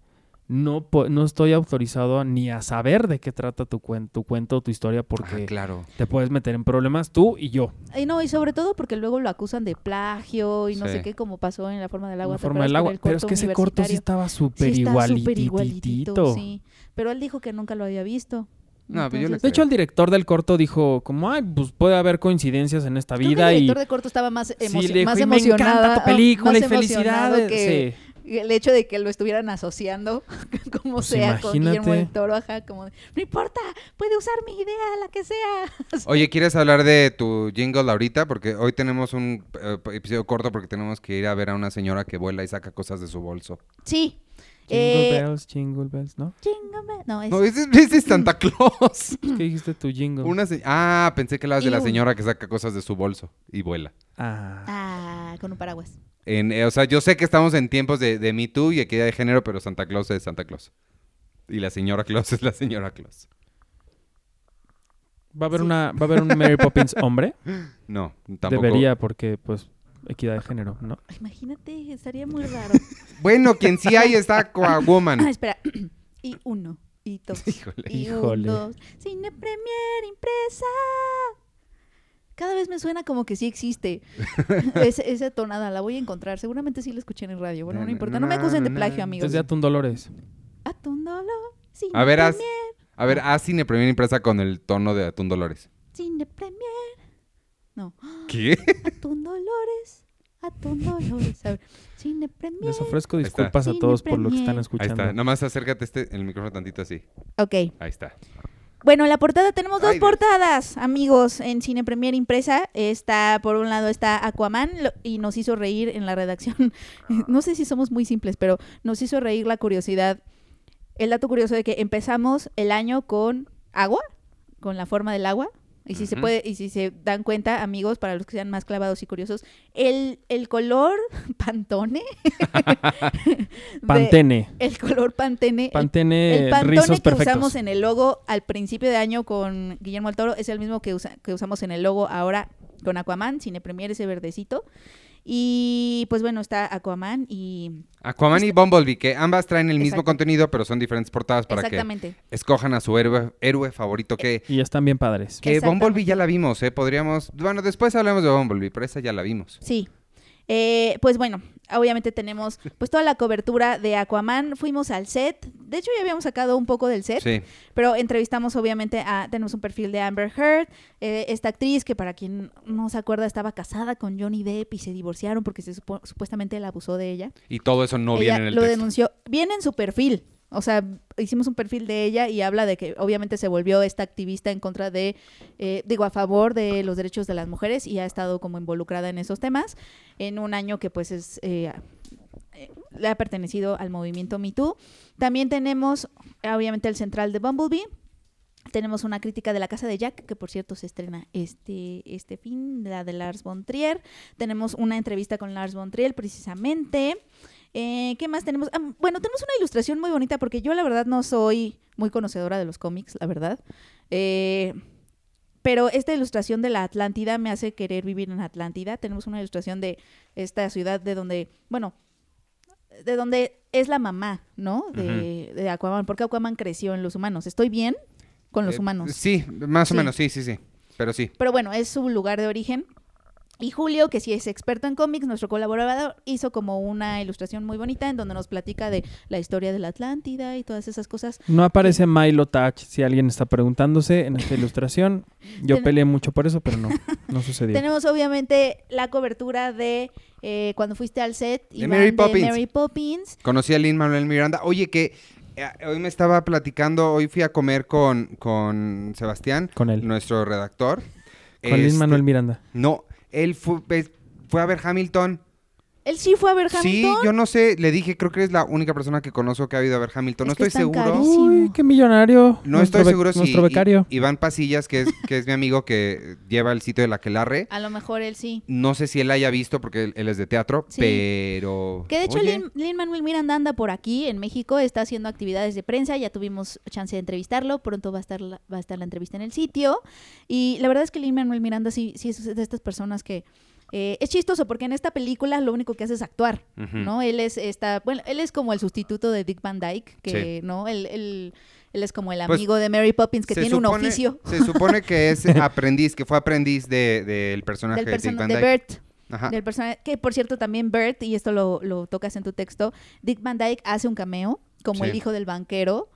Speaker 2: no, po- no estoy autorizado ni a saber de qué trata tu, cuen- tu cuento, tu historia, porque
Speaker 1: Ah, claro.
Speaker 2: te puedes meter en problemas tú y yo.
Speaker 3: Y no, y sobre todo porque luego lo acusan de plagio y no
Speaker 1: Sí.
Speaker 3: sé qué, como pasó en la forma del agua.
Speaker 2: la
Speaker 3: ¿te
Speaker 2: forma del
Speaker 3: acuerdas con
Speaker 2: agua.
Speaker 3: el
Speaker 2: Pero es que ese corto sí
Speaker 3: universitario?
Speaker 2: estaba súper
Speaker 3: Sí, está súper
Speaker 2: igualititito.
Speaker 3: sí. Pero él dijo que nunca lo había visto.
Speaker 1: No, pero yo le
Speaker 3: Entonces-
Speaker 2: De hecho, el director del corto dijo como, ay, pues puede haber coincidencias en esta
Speaker 3: Creo que
Speaker 2: vida
Speaker 3: el
Speaker 2: y...
Speaker 3: director de corto estaba más, emocionado
Speaker 2: Sí, le dijo,
Speaker 3: más
Speaker 2: "Y me
Speaker 3: emocionada.
Speaker 2: encanta tu
Speaker 3: ah,
Speaker 2: película
Speaker 3: más
Speaker 2: y
Speaker 3: emocionado
Speaker 2: felicidades.
Speaker 3: que
Speaker 2: Sí.
Speaker 3: El hecho de que lo estuvieran asociando, como
Speaker 2: Pues
Speaker 3: sea, con Guillermo
Speaker 2: imagínate.
Speaker 3: del Toro, ajá, como, de, no importa, puede usar mi idea, la que sea.
Speaker 1: Oye, ¿quieres hablar de tu jingle ahorita? Porque hoy tenemos un eh, episodio corto porque tenemos que ir a ver a una señora que vuela y saca cosas de su bolso.
Speaker 3: Sí.
Speaker 2: Jingle
Speaker 3: Eh,
Speaker 2: bells, jingle bells, ¿no?
Speaker 3: chingame- No, es
Speaker 1: No, ese es, ese es Santa Claus.
Speaker 2: ¿Qué dijiste tu jingle?
Speaker 1: Una se- Ah, pensé que las de
Speaker 3: Y
Speaker 1: la
Speaker 3: un-
Speaker 1: señora que saca cosas de su bolso y vuela.
Speaker 2: Ah.
Speaker 3: Ah, con un paraguas.
Speaker 1: En, eh, o sea, yo sé que estamos en tiempos de, de Me Too y equidad de género, pero Santa Claus es Santa Claus. Y la señora Claus es la señora Claus.
Speaker 2: ¿Va a haber
Speaker 3: Sí.
Speaker 2: una va a haber un Mary Poppins hombre?
Speaker 1: No, tampoco.
Speaker 2: Debería porque pues equidad de género, ¿no?
Speaker 3: Imagínate, estaría muy raro.
Speaker 1: Bueno, quien sí hay está
Speaker 3: ah,
Speaker 1: Coawoman.
Speaker 3: espera. y uno, y dos.
Speaker 1: Híjole.
Speaker 3: Y
Speaker 2: Híjole.
Speaker 3: un, dos. Cine Premier impresa. Cada vez me suena como que sí existe. Es- esa tonada la voy a encontrar. Seguramente sí la escuché en el radio. Bueno,
Speaker 1: Na,
Speaker 3: no
Speaker 1: na,
Speaker 3: importa. No me
Speaker 1: na,
Speaker 3: acusen de
Speaker 1: na,
Speaker 3: plagio,
Speaker 1: na.
Speaker 3: amigos.
Speaker 2: Entonces ya tú un Dolores.
Speaker 3: Atún Dolor. Cine
Speaker 1: A ver, haz,
Speaker 3: Premier.
Speaker 1: a ver, haz Cine Premier Impresa con el tono de Atún Dolores.
Speaker 3: Cine Premier. No.
Speaker 1: ¿Qué?
Speaker 3: Atún Dolores. Atún Dolores. A ver. Cine Premier.
Speaker 2: Les ofrezco
Speaker 1: está.
Speaker 2: disculpas a
Speaker 3: Cine
Speaker 2: todos por lo que están
Speaker 3: Premier.
Speaker 1: Ahí
Speaker 2: escuchando.
Speaker 1: está. Nada más acércate este, el micrófono tantito así.
Speaker 3: Ok.
Speaker 1: Ahí está.
Speaker 3: Bueno, en la portada tenemos dos
Speaker 1: Ay, Dios.
Speaker 3: portadas, amigos, en Cine Premier impresa. Está, por un lado, está Aquaman lo- y nos hizo reír en la redacción. no sé si somos muy simples, pero nos hizo reír la curiosidad. El dato curioso de que empezamos el año con agua, con la forma del agua. Y si se
Speaker 1: Ujú.
Speaker 3: puede, y si se dan cuenta, amigos, para los que sean más clavados y curiosos, el, el color pantone. de-
Speaker 2: Pantene.
Speaker 3: el color pantene. el
Speaker 2: Pantene
Speaker 3: el pantone
Speaker 2: Eh, rizos
Speaker 3: que
Speaker 2: perfectos.
Speaker 3: usamos en el logo al principio de año con Guillermo del Toro es el mismo que, usa- que usamos en el logo ahora con Aquaman, Cine Premier, ese verdecito. Y pues bueno, está Aquaman y...
Speaker 1: Aquaman y Bumblebee, que ambas traen el mismo
Speaker 3: Exacto.
Speaker 1: contenido, pero son diferentes portadas para que
Speaker 3: exactamente.
Speaker 1: escojan a su héroe, héroe favorito. Que,
Speaker 2: Y están bien padres.
Speaker 1: que
Speaker 3: Exactamente.
Speaker 1: Bumblebee ya la vimos, ¿eh? Podríamos. Bueno, después hablamos de Bumblebee, pero esa ya la vimos.
Speaker 3: Sí. Eh, pues bueno, obviamente tenemos pues toda la cobertura de Aquaman. Fuimos al set. De hecho, ya habíamos sacado un poco del set.
Speaker 1: Sí.
Speaker 3: Pero entrevistamos obviamente a, tenemos un perfil de Amber Heard, eh, esta actriz que para quien no se acuerda estaba casada con Johnny Depp y se divorciaron porque se supo- supuestamente él abusó de ella.
Speaker 1: Y todo eso no
Speaker 3: ella
Speaker 1: viene en el
Speaker 3: lo
Speaker 1: texto.
Speaker 3: denunció, viene en su perfil. O sea, hicimos un perfil de ella y habla de que obviamente se volvió esta activista en contra de, eh, digo, a favor de los derechos de las mujeres y ha estado como involucrada en esos temas en un año que pues es, eh, eh, le ha pertenecido al movimiento Me Too. También tenemos obviamente el central de Bumblebee. Tenemos una crítica de la casa de Jack, que por cierto se estrena este, este fin, la de Lars von Trier. Tenemos una entrevista con Lars von Trier, precisamente. Eh, ¿Qué más tenemos? Ah, bueno, tenemos una ilustración muy bonita, porque yo la verdad no soy muy conocedora de los cómics, la verdad. Eh, pero esta ilustración de la Atlántida me hace querer vivir en Atlántida. Tenemos una ilustración de esta ciudad de donde, bueno, de donde es la mamá, ¿no? De, de Aquaman, porque Aquaman creció en los humanos. Estoy bien con los
Speaker 1: Eh,
Speaker 3: humanos.
Speaker 1: Sí, más
Speaker 3: Sí.
Speaker 1: o menos, sí, sí, sí. Pero sí.
Speaker 3: Pero bueno, es su lugar de origen. Y Julio, que sí es experto en cómics, nuestro colaborador, hizo como una ilustración muy bonita en donde nos platica de la historia de la Atlántida y todas esas cosas.
Speaker 2: No aparece Milo Touch, si alguien está preguntándose en esta ilustración. Yo
Speaker 3: Ten-
Speaker 2: peleé mucho por eso, pero no, no sucedió.
Speaker 3: Tenemos obviamente la cobertura de eh, cuando fuiste al set
Speaker 1: De
Speaker 3: Iván,
Speaker 1: Mary Poppins.
Speaker 3: Mary Poppins.
Speaker 1: Conocí a Lin Manuel Miranda. Oye, que eh, hoy me estaba platicando, hoy fui a comer con, con Sebastián,
Speaker 2: Con él.
Speaker 1: nuestro redactor.
Speaker 2: Con Luis
Speaker 1: Este,
Speaker 2: Manuel Miranda.
Speaker 1: No, él fue, es- fue a ver Hamilton.
Speaker 3: Él sí fue a ver Hamilton.
Speaker 1: Sí, yo no sé, le dije, creo que eres la única persona que conozco que ha ido a ver Hamilton. No
Speaker 3: Es que
Speaker 1: estoy
Speaker 3: están
Speaker 1: seguro.
Speaker 3: carísimos.
Speaker 2: Uy, qué millonario.
Speaker 1: No
Speaker 2: Nuestro
Speaker 1: estoy
Speaker 2: be-
Speaker 1: seguro si
Speaker 2: Nuestro
Speaker 1: I-
Speaker 2: becario.
Speaker 1: Iván Pasillas, que es, que es mi amigo que lleva el sitio de la Quelarre,
Speaker 3: A lo mejor él sí.
Speaker 1: no sé si él haya visto porque él, él es de teatro,
Speaker 3: Sí.
Speaker 1: pero...
Speaker 3: Que de hecho
Speaker 1: Oye,
Speaker 3: Lin Manuel Miranda anda por aquí en México, está haciendo actividades de prensa, ya tuvimos chance de entrevistarlo, pronto va a estar la, va a estar la entrevista en el sitio. Y la verdad es que Lin Manuel Miranda sí, sí es de estas personas que eh, es chistoso porque en esta película lo único que hace es actuar,
Speaker 1: Ujú.
Speaker 3: ¿no? Él es esta, bueno, él es como el sustituto de Dick Van Dyke, que no, él, él, él es como el
Speaker 1: Pues,
Speaker 3: amigo de Mary Poppins que
Speaker 1: se
Speaker 3: tiene un
Speaker 1: supone-
Speaker 3: oficio
Speaker 1: Se supone que es aprendiz, que fue aprendiz del de, del personaje
Speaker 3: del
Speaker 1: de Dick
Speaker 3: personaje
Speaker 1: Van
Speaker 3: de
Speaker 1: Dyke.
Speaker 3: Bert.
Speaker 1: Ajá.
Speaker 3: del personaje, que por cierto también Bert, y esto lo, lo tocas en tu texto, Dick Van Dyke hace un cameo como
Speaker 1: Sí.
Speaker 3: el hijo del banquero,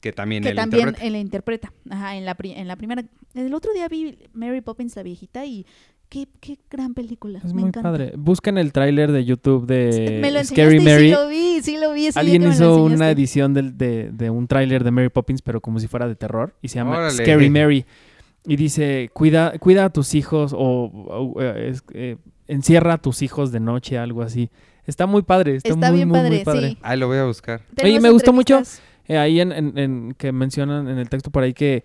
Speaker 1: Que también
Speaker 3: que
Speaker 1: él
Speaker 3: también
Speaker 1: interpreta.
Speaker 3: él interpreta. Ajá, en la, pri- en la primera... El otro día vi Mary Poppins la viejita y qué, qué gran película.
Speaker 2: Es
Speaker 3: me
Speaker 2: muy
Speaker 3: encanta.
Speaker 2: padre. Busquen el tráiler de YouTube de
Speaker 3: me lo enseñaste
Speaker 2: Scary
Speaker 3: y
Speaker 2: Mary.
Speaker 3: sí lo vi, sí lo vi. ese día
Speaker 2: Alguien
Speaker 3: que me lo
Speaker 2: hizo una
Speaker 3: enseñaste.
Speaker 2: edición del- de, de un tráiler de Mary Poppins, pero como si fuera de terror, y se llama
Speaker 1: Órale.
Speaker 2: Scary Mary. Y dice, cuida, cuida a tus hijos o, o, eh, es- eh, encierra a tus hijos de noche, algo así. Está muy padre, está,
Speaker 3: Está
Speaker 2: muy,
Speaker 3: bien
Speaker 2: muy, muy
Speaker 3: padre,
Speaker 2: padre.
Speaker 3: sí.
Speaker 1: Ah, lo voy a buscar.
Speaker 2: Oye,
Speaker 3: Tenemos
Speaker 2: me gustó mucho
Speaker 3: entrevistas.
Speaker 2: Eh, ahí en, en- en que mencionan en el texto por ahí que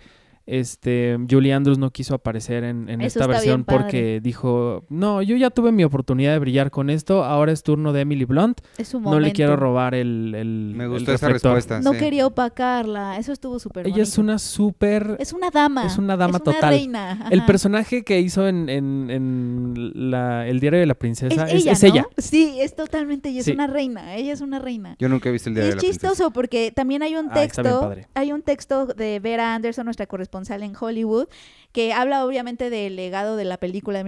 Speaker 2: este Julie Andrews no quiso aparecer en, en
Speaker 3: Eso
Speaker 2: esta
Speaker 3: está
Speaker 2: versión
Speaker 3: bien padre.
Speaker 2: porque dijo, no, yo ya tuve mi oportunidad de brillar con esto, ahora es turno de Emily Blunt,
Speaker 3: Es su
Speaker 2: no le
Speaker 3: momento.
Speaker 2: quiero robar el, el-
Speaker 1: Me
Speaker 2: el
Speaker 1: gustó esa
Speaker 2: reflector".
Speaker 1: respuesta.
Speaker 3: No
Speaker 1: Ah, sí.
Speaker 3: quería opacarla, eso estuvo súper
Speaker 2: Ella es
Speaker 3: bonito.
Speaker 2: una súper...
Speaker 3: Es una dama.
Speaker 2: es una dama total.
Speaker 3: reina,
Speaker 2: El
Speaker 3: ajá.
Speaker 2: personaje que hizo en, en- en la- el diario de la princesa es, es
Speaker 3: ¿no?
Speaker 2: ella.
Speaker 3: Sí, es totalmente, ella es
Speaker 2: Sí.
Speaker 3: una reina, ella es una reina.
Speaker 1: Yo nunca he visto el
Speaker 3: Y
Speaker 1: día de
Speaker 3: es
Speaker 1: la
Speaker 3: chistoso
Speaker 1: princesa.
Speaker 3: porque también hay un
Speaker 2: Ah, está bien
Speaker 3: texto,
Speaker 2: padre.
Speaker 3: hay un texto de Vera Anderson, nuestra corresponsal en Hollywood, que habla obviamente del legado de la película de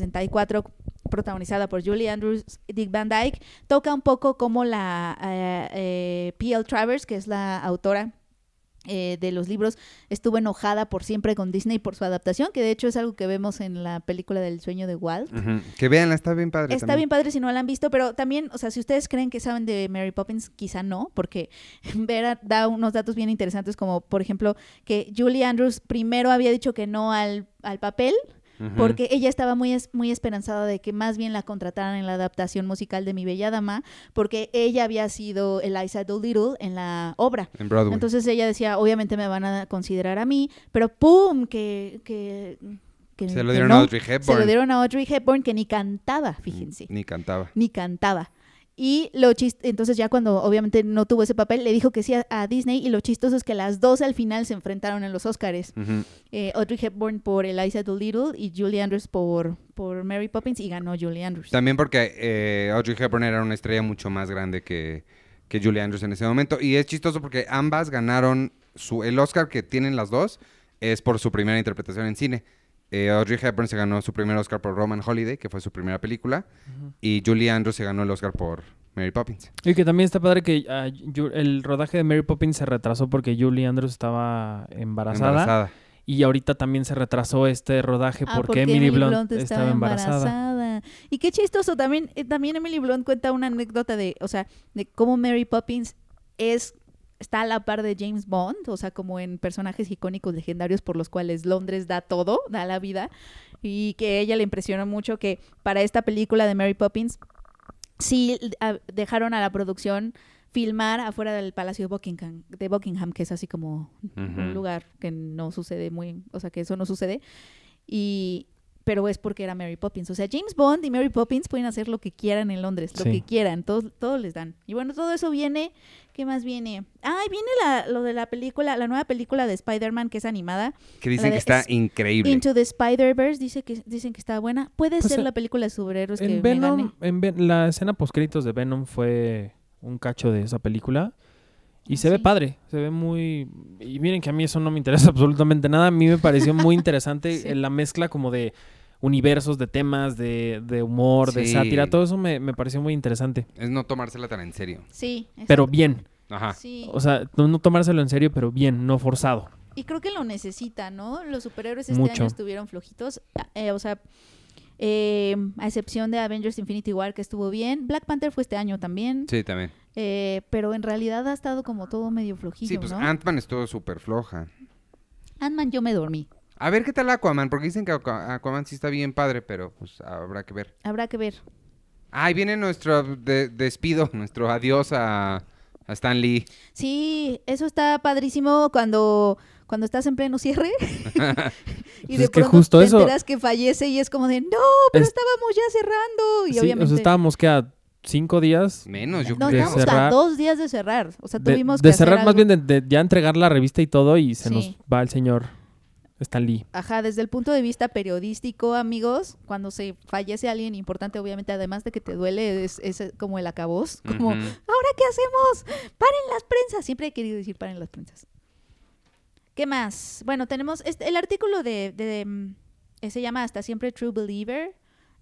Speaker 3: 1964 protagonizada por Julie Andrews, Dick Van Dyke, toca un poco como la eh, eh, P.L. Travers, que es la autora eh, de los libros, estuvo enojada por siempre con Disney por su adaptación, que de hecho es algo que vemos en la película del sueño de Walt.
Speaker 1: Ujú. Que vean, está bien padre.
Speaker 3: Está bien
Speaker 1: también.
Speaker 3: padre si no la han visto, pero también, o sea, si ustedes creen que saben de Mary Poppins, quizá no, porque Vera da unos datos bien interesantes, como por ejemplo que Julie Andrews primero había dicho que no al, al papel,
Speaker 1: Ujú.
Speaker 3: porque ella estaba muy, es- muy esperanzada de que más bien la contrataran en la adaptación musical de Mi Bella Dama, porque ella había sido Eliza Doolittle en la obra.
Speaker 1: En Broadway.
Speaker 3: Entonces ella decía, obviamente me van a considerar a mí, pero ¡pum! que... que que-
Speaker 1: se lo
Speaker 3: que
Speaker 1: dieron
Speaker 3: no.
Speaker 1: a Audrey Hepburn. Mm,
Speaker 3: Se lo dieron a Audrey Hepburn que ni cantaba, fíjense
Speaker 1: Ni cantaba.
Speaker 3: ni cantaba. Y lo chis- entonces ya cuando obviamente no tuvo ese papel, le dijo que sí a, a Disney y lo chistoso es que las dos al final se enfrentaron en los Oscars.
Speaker 1: Ujú.
Speaker 3: Eh, Audrey Hepburn por Eliza Doolittle y Julie Andrews por, por Mary Poppins y ganó Julie Andrews.
Speaker 1: Pues También porque eh, Audrey Hepburn era una estrella mucho más grande que, que Julie Andrews en ese momento. Y es chistoso porque ambas ganaron su, el Oscar que tienen las dos es por su primera interpretación en cine. Eh, Audrey Hepburn se ganó su primer Oscar por Roman Holiday, que fue su primera película. Y Julie Andrews se ganó el Oscar por Mary Poppins.
Speaker 2: Y que también está padre que ah, Ju- el rodaje de Mary Poppins se retrasó porque Julie Andrews estaba embarazada.
Speaker 1: Embarazada.
Speaker 2: Y ahorita también se retrasó este rodaje
Speaker 3: Ah,
Speaker 2: porque, Emily Blunt, estaba embarazada.
Speaker 3: embarazada. Y qué chistoso, también, eh, también Emily Blunt cuenta una anécdota de, o sea, de cómo Mary Poppins es está a la par de James Bond, o sea, como en personajes icónicos legendarios por los cuales Londres da todo, da la vida, y que a ella le impresionó mucho que para esta película de Mary Poppins sí a- dejaron a la producción filmar afuera del Palacio de Buckingham, de Buckingham que es así como
Speaker 1: Ujú.
Speaker 3: un lugar que no sucede muy, o sea, que eso no sucede. Y pero es porque era Mary Poppins. O sea, James Bond y Mary Poppins pueden hacer lo que quieran en Londres, lo
Speaker 2: Sí.
Speaker 3: que quieran, todos, todos les dan. Y bueno, todo eso viene, ¿qué más viene? Ay, viene la, lo de la película, la nueva película de Spider-Man que es animada.
Speaker 1: Que
Speaker 3: La
Speaker 1: dicen
Speaker 3: de
Speaker 1: que está
Speaker 3: es-
Speaker 1: increíble.
Speaker 3: Into the Spider-Verse, dice que, dicen que está buena. Puede
Speaker 2: Pues,
Speaker 3: ser
Speaker 2: eh,
Speaker 3: la película de superhéroes que
Speaker 2: en
Speaker 3: me gane.
Speaker 2: Venom, en Ven- la escena postcritos de Venom fue un cacho de esa película. Y
Speaker 3: Ah,
Speaker 2: se ve
Speaker 3: sí.
Speaker 2: padre, se ve muy... Y miren que a mí eso no me interesa absolutamente nada. A mí me pareció muy interesante
Speaker 3: Sí.
Speaker 2: eh, la mezcla como de universos, de temas, de, de humor, de
Speaker 1: Sí.
Speaker 2: sátira. Todo eso me, me pareció muy interesante.
Speaker 1: Es no tomársela tan en serio.
Speaker 3: Sí, exacto.
Speaker 2: Pero bien.
Speaker 1: Ajá.
Speaker 3: Sí.
Speaker 2: O sea, no no tomárselo en serio, pero bien, no forzado.
Speaker 3: Y creo que lo necesita, ¿no? Los superhéroes este
Speaker 2: Mucho.
Speaker 3: año estuvieron flojitos. Ah, eh, o sea, eh, a excepción de Avengers Infinity War, que estuvo bien. Black Panther fue este año también.
Speaker 1: Sí, también.
Speaker 3: Eh, pero en realidad ha estado como todo medio flojillo,
Speaker 1: Sí, pues
Speaker 3: ¿no?
Speaker 1: Ant-Man estuvo súper floja.
Speaker 3: Ant-Man yo me dormí.
Speaker 1: A ver qué tal Aquaman, porque dicen que Aqua- Aquaman sí está bien padre, pero pues habrá que ver.
Speaker 3: Habrá que ver.
Speaker 1: Ahí viene nuestro de- despido, nuestro adiós a, a Stan Lee.
Speaker 3: Sí, eso está padrísimo cuando, cuando estás en pleno cierre. y
Speaker 2: Pues
Speaker 3: de
Speaker 2: es que
Speaker 3: pronto
Speaker 2: justo
Speaker 3: te
Speaker 2: eso-
Speaker 3: enteras que fallece y es como de, no, pero
Speaker 2: Es-
Speaker 3: estábamos ya cerrando. Y
Speaker 2: Sí,
Speaker 3: obviamente...
Speaker 2: o sea, estábamos que a cinco días
Speaker 1: Menos, yo
Speaker 3: No,
Speaker 2: de
Speaker 1: creo.
Speaker 3: estábamos a
Speaker 2: cerrar-
Speaker 3: dos días de cerrar. O sea,
Speaker 2: de,
Speaker 3: tuvimos
Speaker 2: de
Speaker 3: que hacer
Speaker 2: cerrar más
Speaker 3: algo.
Speaker 2: bien de, de ya entregar la revista y todo y se nos
Speaker 3: Sí.
Speaker 2: va el señor Stan Lee.
Speaker 3: Ajá, desde el punto de vista periodístico, amigos, cuando se fallece alguien importante, obviamente, además de que te duele, es, es como el acabos, como,
Speaker 1: Ujú.
Speaker 3: ¿ahora qué hacemos? ¡Paren las prensas! Siempre he querido decir paren las prensas. ¿Qué más? Bueno, tenemos este- el artículo de, de- de, mm, eh, se llama Hasta siempre True Believer,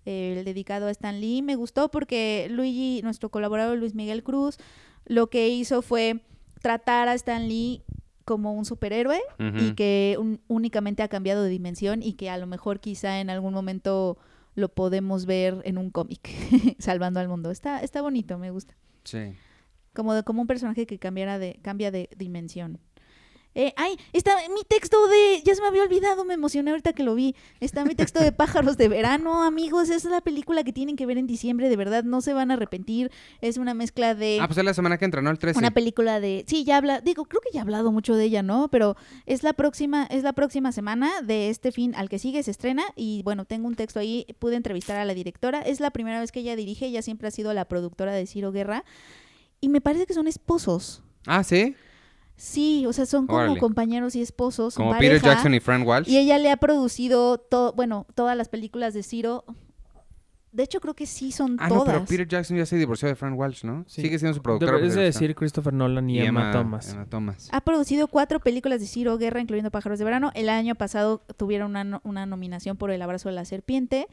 Speaker 3: eh, el dedicado a Stan Lee. Me gustó porque Luigi, nuestro colaborador Luis Miguel Cruz, lo que hizo fue tratar a Stan Lee como un superhéroe y
Speaker 1: Ujú.
Speaker 3: que un- únicamente ha cambiado de dimensión y que a lo mejor quizá en algún momento lo podemos ver en un cómic salvando al mundo. Está, está bonito, me gusta.
Speaker 1: Sí.
Speaker 3: eh, Como, de, como un personaje que cambiara de, cambia de dimensión. Eh, ay, está mi texto de. Ya se me había olvidado, me emocioné ahorita que lo vi. Está mi texto de Pájaros de Verano, amigos. Esa es la película que tienen que ver en diciembre, de verdad, no se van a arrepentir. Es una mezcla de.
Speaker 1: Ah, pues es la semana que entra, ¿no? El 13.
Speaker 3: Una película de. Sí, ya habla. Digo, creo que ya he hablado mucho de ella, ¿no? Pero es la próxima, es la próxima semana de este fin al que sigue, se estrena. Y bueno, tengo un texto ahí. Pude entrevistar a la directora. Es la primera vez que ella dirige. Ella siempre ha sido la productora de Ciro Guerra. Y me parece que son esposos.
Speaker 1: Ah, ¿sí?
Speaker 3: Sí, o sea, son como
Speaker 1: Órale.
Speaker 3: compañeros y esposos. son
Speaker 1: Como Peter
Speaker 3: pareja.
Speaker 1: Jackson y Frank Walsh.
Speaker 3: Y ella le ha producido todo, bueno, todas las películas de Ciro. De hecho, creo que sí son
Speaker 1: Ah, no,
Speaker 3: todas.
Speaker 1: pero Peter Jackson ya se divorció de Frank Walsh, ¿no?
Speaker 2: Sí.
Speaker 1: Sigue siendo su productor.
Speaker 2: Es de decir Christopher Nolan y, Emma, Thomas.
Speaker 1: Emma Thomas.
Speaker 3: Ha producido cuatro películas de Ciro Guerra, incluyendo Pájaros de Verano. El año pasado tuvieron una, no- una nominación por El Abrazo de la Serpiente.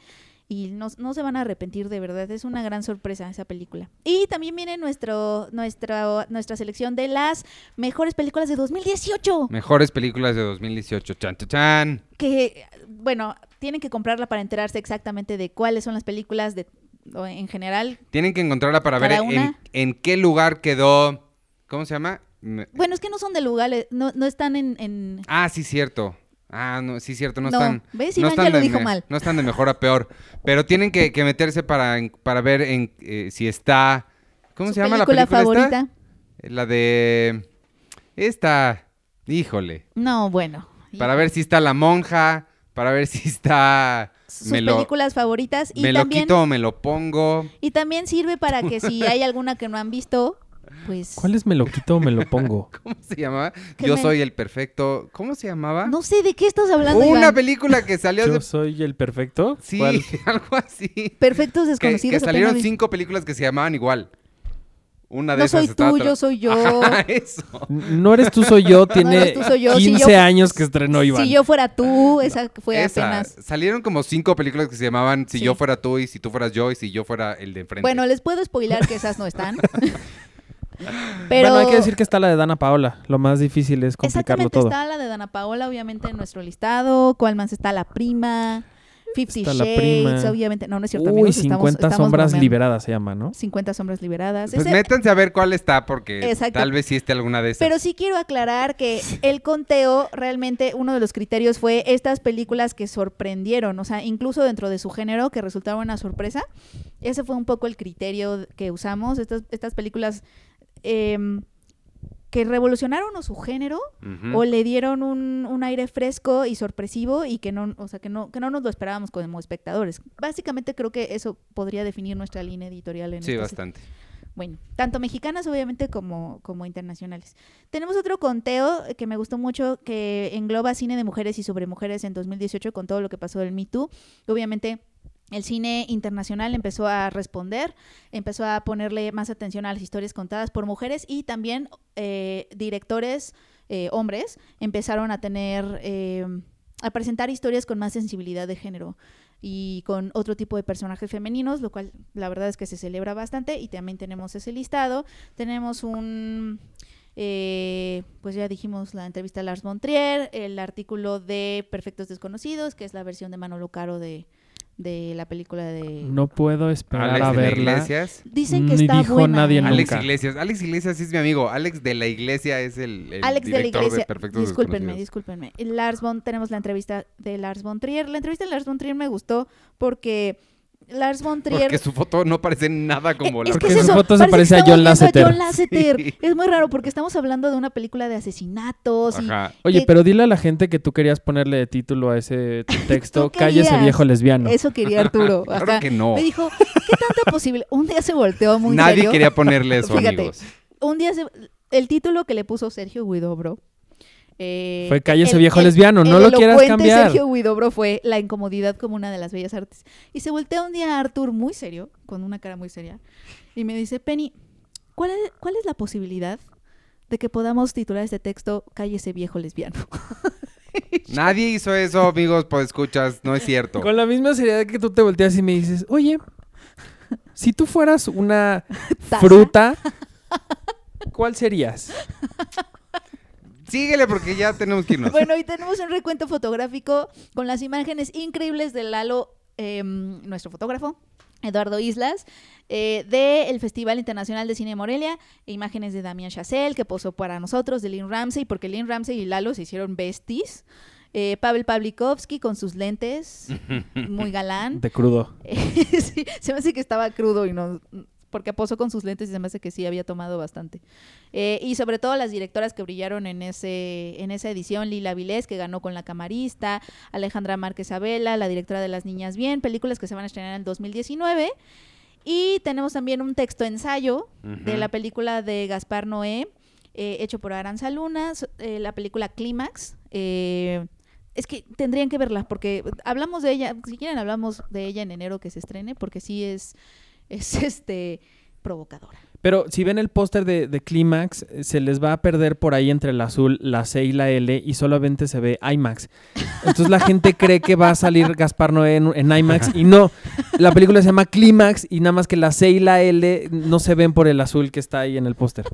Speaker 3: Y no, no se van a arrepentir, de verdad. Es una gran sorpresa esa película. Y también viene nuestro, nuestra nuestra selección de las mejores películas de 2018.
Speaker 1: Mejores películas de 2018. Chan, chan, chan.
Speaker 3: que, bueno, tienen que comprarla para enterarse exactamente de cuáles son las películas de, o en general.
Speaker 1: Tienen que encontrarla para ver
Speaker 3: Cada
Speaker 1: en,
Speaker 3: una.
Speaker 1: en qué lugar quedó. ¿Cómo se llama? Me-
Speaker 3: Bueno, es que no son de lugares, no, no están en... en-
Speaker 1: Ah, sí, cierto. Ah, no, sí, cierto, no,
Speaker 3: No,
Speaker 1: están.
Speaker 3: ¿ves?
Speaker 1: no
Speaker 3: Iván ya lo
Speaker 1: de
Speaker 3: dijo
Speaker 1: me-
Speaker 3: mal.
Speaker 1: No están de mejor a peor. Pero tienen que, que meterse para, en- para ver en, eh, si está. ¿Cómo
Speaker 3: su
Speaker 1: se llama la película?
Speaker 3: película
Speaker 1: esta? Eh,
Speaker 3: favorita?
Speaker 1: La de. Esta. Híjole.
Speaker 3: No, bueno.
Speaker 1: Para ver si está la monja. Para ver si está.
Speaker 3: sus
Speaker 1: Me lo-
Speaker 3: películas favoritas y
Speaker 1: ¿Me lo
Speaker 3: también
Speaker 1: quito o me lo pongo?
Speaker 3: y también sirve para que si hay alguna que no han visto, pues
Speaker 2: ¿Cuál es me lo quito o me lo pongo?
Speaker 1: ¿Cómo se llamaba?
Speaker 3: Que
Speaker 1: Yo
Speaker 3: me-
Speaker 1: soy el perfecto. ¿Cómo se llamaba?
Speaker 3: no sé de qué estás hablando.
Speaker 1: Una
Speaker 3: Iván?
Speaker 1: película que salió
Speaker 2: ¿Yo
Speaker 1: hace...
Speaker 2: soy el perfecto?
Speaker 1: Sí,
Speaker 2: ¿Cuál?
Speaker 1: algo así.
Speaker 3: Perfectos
Speaker 1: Que, que
Speaker 3: desconocidos. apenas
Speaker 1: salieron
Speaker 3: vi-
Speaker 1: cinco películas que se llamaban igual. Una de
Speaker 3: No
Speaker 1: esas
Speaker 3: soy
Speaker 1: estaba
Speaker 3: tú,
Speaker 1: tra-
Speaker 3: yo soy yo.
Speaker 1: Ajá, eso.
Speaker 2: N- No eres tú, soy yo. Tiene
Speaker 3: eres tú, soy yo. Si
Speaker 2: 15
Speaker 3: yo-
Speaker 2: años que estrenó Iván.
Speaker 3: Si yo fuera tú, esa fue
Speaker 1: Esa.
Speaker 3: apenas.
Speaker 1: Salieron como cinco películas que se llamaban Si
Speaker 3: Sí.
Speaker 1: yo fuera tú y Si tú fueras yo y Si yo fuera el de enfrente.
Speaker 3: Bueno, les puedo spoilar que esas no están. Pero
Speaker 2: Bueno, hay que decir que está la de Dana Paola. Lo más difícil es complicarlo
Speaker 3: exactamente
Speaker 2: todo.
Speaker 3: está la de Dana Paola, obviamente en nuestro listado. ¿Cuál más está la prima? Fifty
Speaker 2: Está
Speaker 3: Shades,
Speaker 2: La Prima.
Speaker 3: obviamente. No, no es cierto.
Speaker 2: Uy,
Speaker 3: amigos,
Speaker 2: 50
Speaker 3: estamos- estamos
Speaker 2: sombras
Speaker 3: bromeando.
Speaker 2: liberadas se llama, ¿no?
Speaker 3: 50 sombras liberadas.
Speaker 1: pues
Speaker 3: Ese-
Speaker 1: métanse a ver cuál está porque
Speaker 3: Exacto.
Speaker 1: tal vez hiciste alguna de esas.
Speaker 3: Pero sí quiero aclarar que el conteo realmente uno de los criterios fue estas películas que sorprendieron, o sea, incluso dentro de su género que resultaron una sorpresa. Ese fue un poco el criterio que usamos, estas, estas películas em, que revolucionaron o su género
Speaker 1: Ujú.
Speaker 3: o le dieron un, un aire fresco y sorpresivo y que no, o sea, que no, que no nos lo esperábamos como espectadores. Básicamente creo que eso podría definir nuestra línea editorial en
Speaker 1: Sí,
Speaker 3: este
Speaker 1: bastante.
Speaker 3: bueno, tanto mexicanas obviamente como, como internacionales. Tenemos otro conteo eh, que me gustó mucho que engloba cine de mujeres y sobre mujeres en 2018 con todo lo que pasó del Me Too. Obviamente el cine internacional empezó a responder, empezó a ponerle más atención a las historias contadas por mujeres y también eh, directores eh, hombres empezaron a tener, eh, a presentar historias con más sensibilidad de género y con otro tipo de personajes femeninos, lo cual la verdad es que se celebra bastante y también tenemos ese listado. Tenemos un, eh, pues ya dijimos la entrevista a Lars Montrier, el artículo de Perfectos Desconocidos, que es la versión de Manolo Caro de, de la película de...
Speaker 2: No puedo esperar
Speaker 1: Alex
Speaker 2: a
Speaker 1: de la
Speaker 2: verla.
Speaker 1: Iglesias.
Speaker 3: Dicen que
Speaker 2: Ni
Speaker 3: está
Speaker 2: dijo
Speaker 3: buena.
Speaker 2: nadie
Speaker 3: ¿eh?
Speaker 2: nunca.
Speaker 1: Alex Iglesias. Alex Iglesias es mi amigo. Alex de la Iglesia es el, el
Speaker 3: Alex de la
Speaker 1: director
Speaker 3: Iglesia.
Speaker 1: Perfectos
Speaker 3: discúlpenme,
Speaker 1: Desconocidos.
Speaker 3: discúlpenme. Lars von, tenemos la entrevista de Lars von Trier. La entrevista de Lars von Trier me gustó porque Lars von Trier... Eh,
Speaker 1: Porque su foto no parece nada como la
Speaker 3: es que
Speaker 2: Porque
Speaker 3: es
Speaker 2: su
Speaker 3: eso,
Speaker 2: foto se
Speaker 3: parece que
Speaker 2: parece a
Speaker 3: estamos
Speaker 2: John
Speaker 3: viendo
Speaker 2: Lasseter.
Speaker 3: John Lasseter.
Speaker 1: Sí.
Speaker 3: Es muy raro porque estamos hablando de una película de asesinatos y
Speaker 1: Ajá.
Speaker 2: Oye,
Speaker 3: que-
Speaker 2: pero dile a la gente que tú querías ponerle de título a ese texto, Calle ese
Speaker 3: querías.
Speaker 2: viejo lesbiano.
Speaker 3: eso quería Arturo.
Speaker 1: Claro
Speaker 3: Ajá.
Speaker 1: que no.
Speaker 3: Me dijo, ¿qué tanta posible? Un día se volteó muy
Speaker 1: Nadie
Speaker 3: serio.
Speaker 1: quería ponerle eso,
Speaker 3: Fíjate.
Speaker 1: amigos.
Speaker 3: Un día se- el título que le puso Sergio Guidobro. eh,
Speaker 2: Fue Calle ese
Speaker 3: el-
Speaker 2: viejo
Speaker 3: el-
Speaker 2: lesbiano, no
Speaker 3: el
Speaker 2: lo quieras
Speaker 3: elocuente
Speaker 2: cambiar.
Speaker 3: Sergio Guidobro fue la incomodidad como una de las bellas artes. Y se voltea un día a Arthur muy serio, con una cara muy seria, y me dice, Penny, ¿cuál es, cuál es la posibilidad de que podamos titular este texto Cállese viejo lesbiano?
Speaker 1: Nadie hizo eso, amigos, pues escuchas, no es cierto.
Speaker 2: Con la misma seriedad que tú te volteas y me dices, oye, si tú fueras una
Speaker 3: Taza.
Speaker 2: fruta, ¿cuál serías?
Speaker 1: Síguele porque ya tenemos que irnos.
Speaker 3: Bueno, y tenemos un recuento fotográfico con las imágenes increíbles de Lalo, em, nuestro fotógrafo, Eduardo Islas, eh, del Festival Internacional de Cine de Morelia, e imágenes de Damián Chazelle, que posó para nosotros, de Lynn Ramsey, porque Lynn Ramsey y Lalo se hicieron besties. Eh, Pavel Pavlikovsky con sus lentes, muy galán.
Speaker 2: De crudo.
Speaker 3: Sí, se me hace que estaba crudo y no. Porque posó con sus lentes y se me hace que sí había tomado bastante. Eh, y sobre todo las directoras que brillaron en ese en esa edición: Lila Vilés, que ganó con La Camarista, Alejandra Márquez Abela, la directora de Las Niñas Bien, películas que se van a estrenar en el 2019. Y tenemos también un texto ensayo de la película de Gaspar Noé, eh, hecho por Aranza Luna, so- eh, la película Clímax. eh, es que tendrían que verla, porque hablamos de ella, si quieren hablamos de ella en enero que se estrene, porque sí es, es este provocadora.
Speaker 2: Pero si ven el póster de, de Clímax, eh, se les va a perder por ahí entre el azul, la C y la L, y solamente se ve IMAX. Entonces la gente cree que va a salir Gaspar Noé en, en IMAX, y no. La película se llama Clímax, y nada más que la C y la L no se ven por el azul que está ahí en el póster.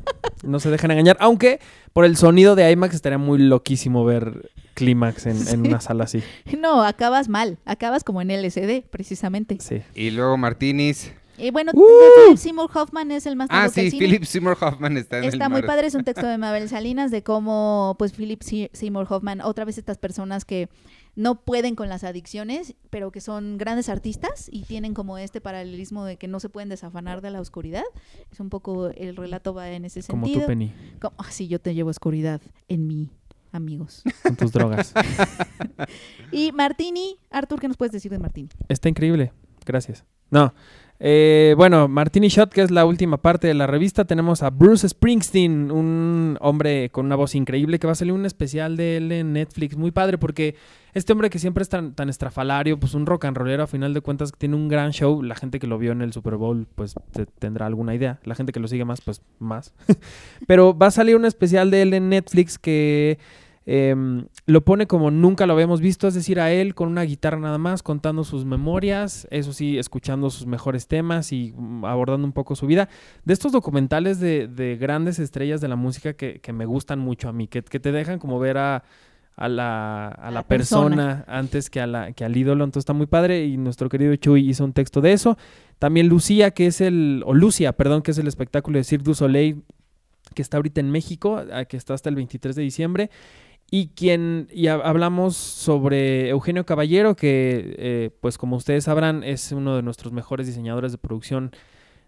Speaker 2: No se dejan engañar, aunque por el sonido de IMAX estaría muy loquísimo ver Clímax en, en una sala así.
Speaker 3: No, acabas mal, acabas como en LSD, precisamente.
Speaker 2: Sí.
Speaker 1: Y luego Martínez.
Speaker 3: Y bueno,
Speaker 2: ¡Uh!
Speaker 3: Philip Seymour Hoffman es el más
Speaker 1: Ah,
Speaker 3: nuevo que
Speaker 1: sí,
Speaker 3: el cine.
Speaker 1: Philip Seymour Hoffman está en el
Speaker 3: Está muy
Speaker 1: mar.
Speaker 3: padre, es un texto de Mabel Salinas de cómo, pues, Philip Se- Seymour Hoffman, otra vez estas personas que no pueden con las adicciones, pero que son grandes artistas y tienen como este paralelismo de que no se pueden desafanar de la oscuridad. Es un poco, el relato va en ese
Speaker 2: Como
Speaker 3: sentido.
Speaker 2: tú, Penny.
Speaker 3: Como, ah, sí, yo te llevo oscuridad en mí. amigos.
Speaker 2: con tus drogas.
Speaker 3: Y Martini, Arthur, ¿qué nos puedes decir de Martini?
Speaker 2: Está increíble. Gracias. No. Eh, bueno, Martini Shot, que es la última parte de la revista, tenemos a Bruce Springsteen, un hombre con una voz increíble que va a salir un especial de él en Netflix, muy padre, porque este hombre que siempre es tan, tan estrafalario, pues un rock and rollero a final de cuentas que tiene un gran show, la gente que lo vio en el Super Bowl pues te- tendrá alguna idea, la gente que lo sigue más pues más, pero va a salir un especial de él en Netflix que em, lo pone como nunca lo habíamos visto, es decir, a él con una guitarra nada más, contando sus memorias, eso sí, escuchando sus mejores temas y mm, abordando un poco su vida. De estos documentales de, de grandes estrellas de la música que, que me gustan mucho a mí, que, que te dejan como ver a, a la, a la
Speaker 3: la
Speaker 2: persona,
Speaker 3: persona.
Speaker 2: antes que, a la, que al ídolo, entonces está muy padre y nuestro querido Chuy hizo un texto de eso. También Lucía, que es el, o Lucia, perdón, que es el espectáculo de Cirque du Soleil que está ahorita en México, a- que está hasta el 23 de diciembre. Y quien y ha- hablamos sobre Eugenio Caballero, que eh, pues como ustedes sabrán es uno de nuestros mejores diseñadores de producción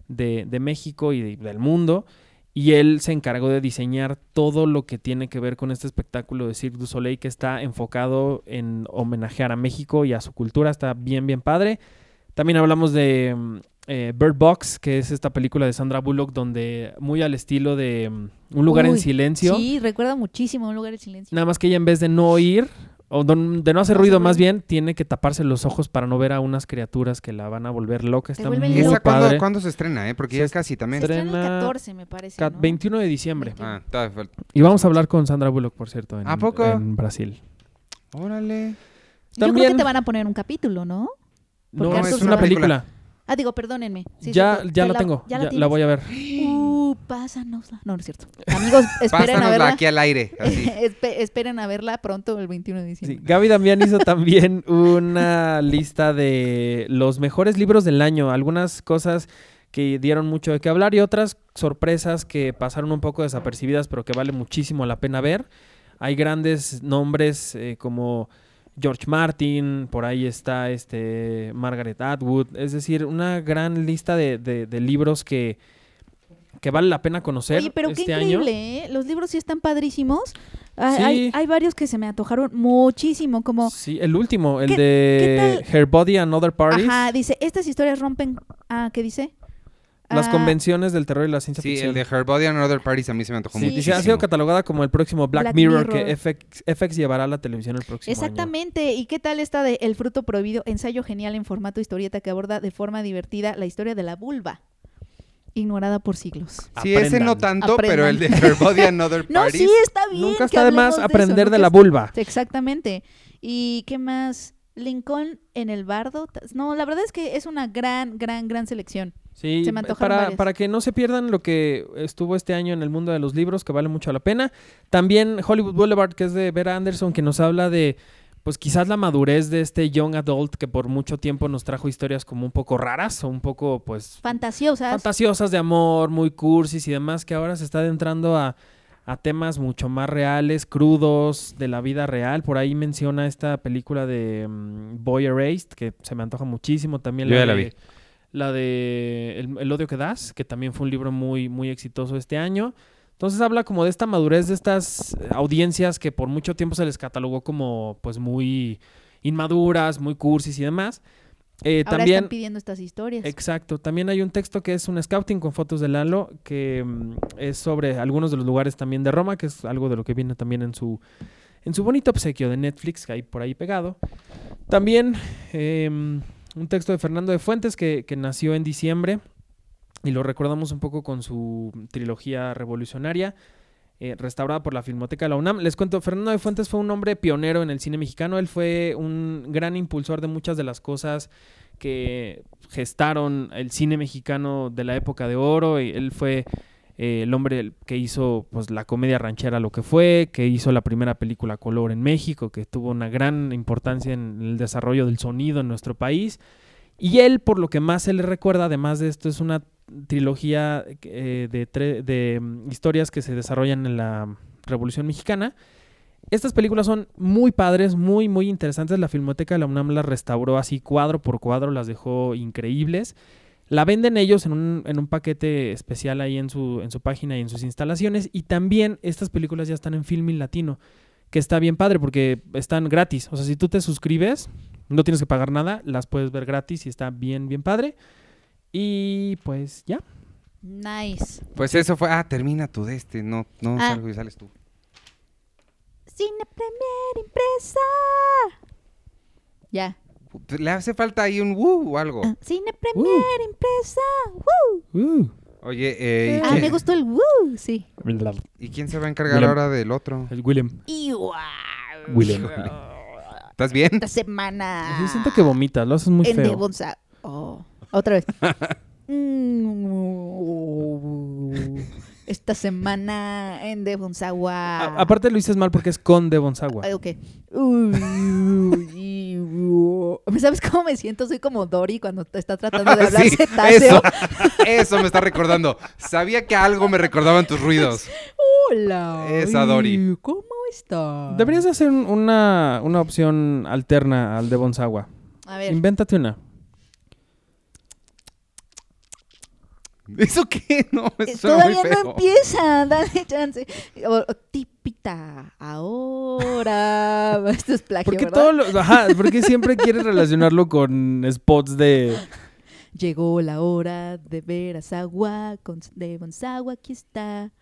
Speaker 2: de, de México y de- del mundo. Y él se encargó de diseñar todo lo que tiene que ver con este espectáculo de Cirque du Soleil que está enfocado en homenajear a México y a su cultura. Está bien, bien padre. También hablamos de mm, eh, Bird Box, que es esta película de Sandra Bullock donde muy al estilo de mm, Un lugar en
Speaker 3: Uy,
Speaker 2: silencio.
Speaker 3: Sí, recuerda muchísimo un lugar en silencio.
Speaker 2: Nada más que ella en vez de no oír, o don- de no hacer
Speaker 3: No hacer
Speaker 2: ruido más
Speaker 3: ruido.
Speaker 2: bien, tiene que taparse los ojos para no ver a unas criaturas que la van a volver loca.
Speaker 3: Te
Speaker 2: Está
Speaker 3: vuelven
Speaker 2: muy
Speaker 1: ¿Esa cuándo,
Speaker 2: padre.
Speaker 1: cuándo se estrena, eh? Porque
Speaker 2: Se
Speaker 1: ya
Speaker 2: est-
Speaker 1: casi
Speaker 3: Se
Speaker 2: No.
Speaker 1: también.
Speaker 3: estrena el
Speaker 2: Estrena
Speaker 3: 14, me parece.
Speaker 2: Ca-
Speaker 3: ¿no?
Speaker 2: 21 de diciembre.
Speaker 1: Ah, todavía falta.
Speaker 2: Y vamos a hablar con Sandra Bullock, por cierto, en,
Speaker 1: ¿A poco?
Speaker 2: en Brasil.
Speaker 1: Órale.
Speaker 3: Yo creo
Speaker 2: También-
Speaker 3: que te van a poner un capítulo, ¿no?
Speaker 2: No,
Speaker 3: Porque
Speaker 2: es
Speaker 3: esto es
Speaker 2: una
Speaker 3: una
Speaker 2: película.
Speaker 3: Ah, digo, perdónenme. Sí,
Speaker 2: ya
Speaker 3: cierto.
Speaker 2: ya
Speaker 3: Te
Speaker 2: la tengo.
Speaker 3: Ya
Speaker 2: Ya
Speaker 3: la,
Speaker 2: la,
Speaker 3: tienes.
Speaker 2: voy a ver.
Speaker 3: Uh, pásanosla. No, no es cierto. Amigos, esperen a
Speaker 1: Pásanosla
Speaker 3: verla.
Speaker 1: aquí al aire. Así.
Speaker 3: Espe- esperen a verla pronto el 21 de
Speaker 2: Sí,
Speaker 3: diciembre.
Speaker 2: Gaby Damián hizo también una lista de los mejores libros del año. Algunas cosas que dieron mucho de qué hablar y otras sorpresas que pasaron un poco desapercibidas, pero que vale muchísimo la pena ver. Hay grandes nombres eh, como George Martin, por ahí está este Margaret Atwood. Es decir, una gran lista de, de- de libros que, que vale la pena conocer
Speaker 3: Oye, pero
Speaker 2: este
Speaker 3: qué
Speaker 2: año.
Speaker 3: increíble, ¿eh? Los libros sí están padrísimos. Ah,
Speaker 2: Sí.
Speaker 3: Hay, hay varios que se me antojaron muchísimo, como...
Speaker 2: Sí, el último, el
Speaker 3: ¿Qué-
Speaker 2: de
Speaker 3: qué
Speaker 2: Her Body and Other Parties.
Speaker 3: Ajá, dice, estas historias rompen... Ah, ¿qué dice?
Speaker 2: Las
Speaker 3: Ah,
Speaker 2: convenciones del terror y la ciencia
Speaker 1: Sí,
Speaker 2: ficción.
Speaker 1: el de Her Body and Other Parties a mí se me antojó
Speaker 2: Sí, dice,
Speaker 1: muchísimo.
Speaker 2: ha sido catalogada como el próximo Black,
Speaker 3: Black
Speaker 2: Mirror,
Speaker 3: Mirror.
Speaker 2: que FX, FX llevará a la televisión el próximo año.
Speaker 3: Exactamente. ¿Y qué tal esta de El fruto prohibido? Ensayo genial en formato historieta que aborda de forma divertida la historia de la vulva, ignorada por siglos.
Speaker 1: Sí, ese no
Speaker 2: Aprendan.
Speaker 1: tanto, pero
Speaker 3: Aprendan.
Speaker 1: el de Her Body and Other
Speaker 3: No,
Speaker 1: Parties.
Speaker 3: sí, está bien.
Speaker 2: Nunca
Speaker 3: que
Speaker 2: está de más
Speaker 3: hablemos eso,
Speaker 2: aprender de,
Speaker 3: nunca
Speaker 2: la
Speaker 3: es-
Speaker 2: vulva.
Speaker 3: Exactamente. ¿Y qué más? Lincoln en el bardo. Ta- No, la verdad es que es una gran, gran, gran selección.
Speaker 2: Sí,
Speaker 3: Se me antojaron
Speaker 2: para,
Speaker 3: varias.
Speaker 2: para que no se pierdan lo que estuvo este año en el mundo de los libros, que vale mucho la pena. También Hollywood Boulevard, que es de Vera Anderson, que nos habla de, pues quizás la madurez de este young adult que por mucho tiempo nos trajo historias como un poco raras o un poco, pues,
Speaker 3: Fantasiosas.
Speaker 2: fantasiosas de amor, muy cursis y demás, que ahora se está adentrando a, a temas mucho más reales, crudos, de la vida real. Por ahí menciona esta película de mm, Boy Erased, que se me antoja muchísimo también.
Speaker 1: Yo ya la
Speaker 2: de-
Speaker 1: vi.
Speaker 2: La de el, El odio que das, que también fue un libro muy, muy exitoso este año. Entonces habla como de esta madurez de estas eh, audiencias que por mucho tiempo se les catalogó como pues muy inmaduras, muy cursis y demás. Eh,
Speaker 3: Ahora
Speaker 2: también
Speaker 3: están pidiendo estas historias.
Speaker 2: Exacto. También hay un texto que es un scouting con fotos de Lalo, que mm, es sobre algunos de los lugares también de Roma, que es algo de lo que viene también en su, en su bonito obsequio de Netflix, que hay por ahí pegado. También eh, un texto de Fernando de Fuentes, que, que nació en diciembre, y lo recordamos un poco con su trilogía revolucionaria. eh, restaurada por la Filmoteca de la UNAM. Les cuento, Fernando de Fuentes fue un hombre pionero en el cine mexicano. Él fue un gran impulsor de muchas de las cosas que gestaron el cine mexicano de la época de oro. y Él fue eh, el hombre el- que hizo pues, la comedia ranchera lo que fue, que hizo la primera película a color en México, que tuvo una gran importancia en el desarrollo del sonido en nuestro país. Y él, por lo que más se le recuerda, además de esto, es una trilogía eh, de, tre- de mm, historias que se desarrollan en la Revolución Mexicana. Estas películas son muy padres, muy, muy interesantes. La Filmoteca de la UNAM las restauró así cuadro por cuadro, las dejó increíbles. La venden ellos en un, en un paquete especial ahí en su, en su página y en sus instalaciones. Y también estas películas ya están en Filmin Latino, que está bien padre porque están gratis. O sea, si tú te suscribes, no tienes que pagar nada, las puedes ver gratis y está bien, bien padre. Y pues ya.
Speaker 3: Nice.
Speaker 1: Pues eso fue. Ah, termina tú de este. No, no
Speaker 3: Ah.
Speaker 1: salgo y sales tú.
Speaker 3: Cine Premier Impresa. Ya.
Speaker 1: Le hace falta ahí un woo o
Speaker 2: Oh.
Speaker 1: algo.
Speaker 3: Ah, Cine Premier Impresa. Woo.
Speaker 2: Uh.
Speaker 1: Oye, eh, ¿y,
Speaker 3: Ah,
Speaker 1: quién,
Speaker 3: me gustó el woo, sí.
Speaker 1: y quién se va a encargar
Speaker 2: Mira.
Speaker 1: ahora del otro?
Speaker 2: El William.
Speaker 3: Igual.
Speaker 2: William.
Speaker 1: ¿Estás bien?
Speaker 3: Esta semana.
Speaker 2: Yo siento que vomitas, lo haces muy
Speaker 3: en
Speaker 2: feo.
Speaker 3: Devonsa. Oh, otra vez. Mm. Esta semana en Devonsawa.
Speaker 2: A- aparte lo dices mal porque es con Devonsawa.
Speaker 3: Ay, ok. Uy, ¿Sabes cómo me siento? Soy como Dory cuando te está
Speaker 2: Ah,
Speaker 3: tratando de hablar
Speaker 1: Ah, Sí, eso,
Speaker 3: cetáceo.
Speaker 1: eso me está recordando. Sabía que algo me recordaban tus ruidos.
Speaker 3: Hola.
Speaker 1: Esa Dory.
Speaker 3: uy, ¿Cómo estás?
Speaker 2: Deberías de hacer un- una, una opción alterna al Devonsawa.
Speaker 3: A ver.
Speaker 2: Invéntate una.
Speaker 1: ¿Eso qué? No,
Speaker 3: Eh,
Speaker 1: eso suena muy
Speaker 3: Todavía
Speaker 1: feo.
Speaker 3: no empieza, dale chance. O- o tipita, ahora. Esto es plagio,
Speaker 2: Porque
Speaker 3: ¿verdad?
Speaker 2: todo lo- ajá, porque siempre quieres relacionarlo con spots de
Speaker 3: Llegó la hora de ver a Sagua, con, de Bonsawa, aquí está,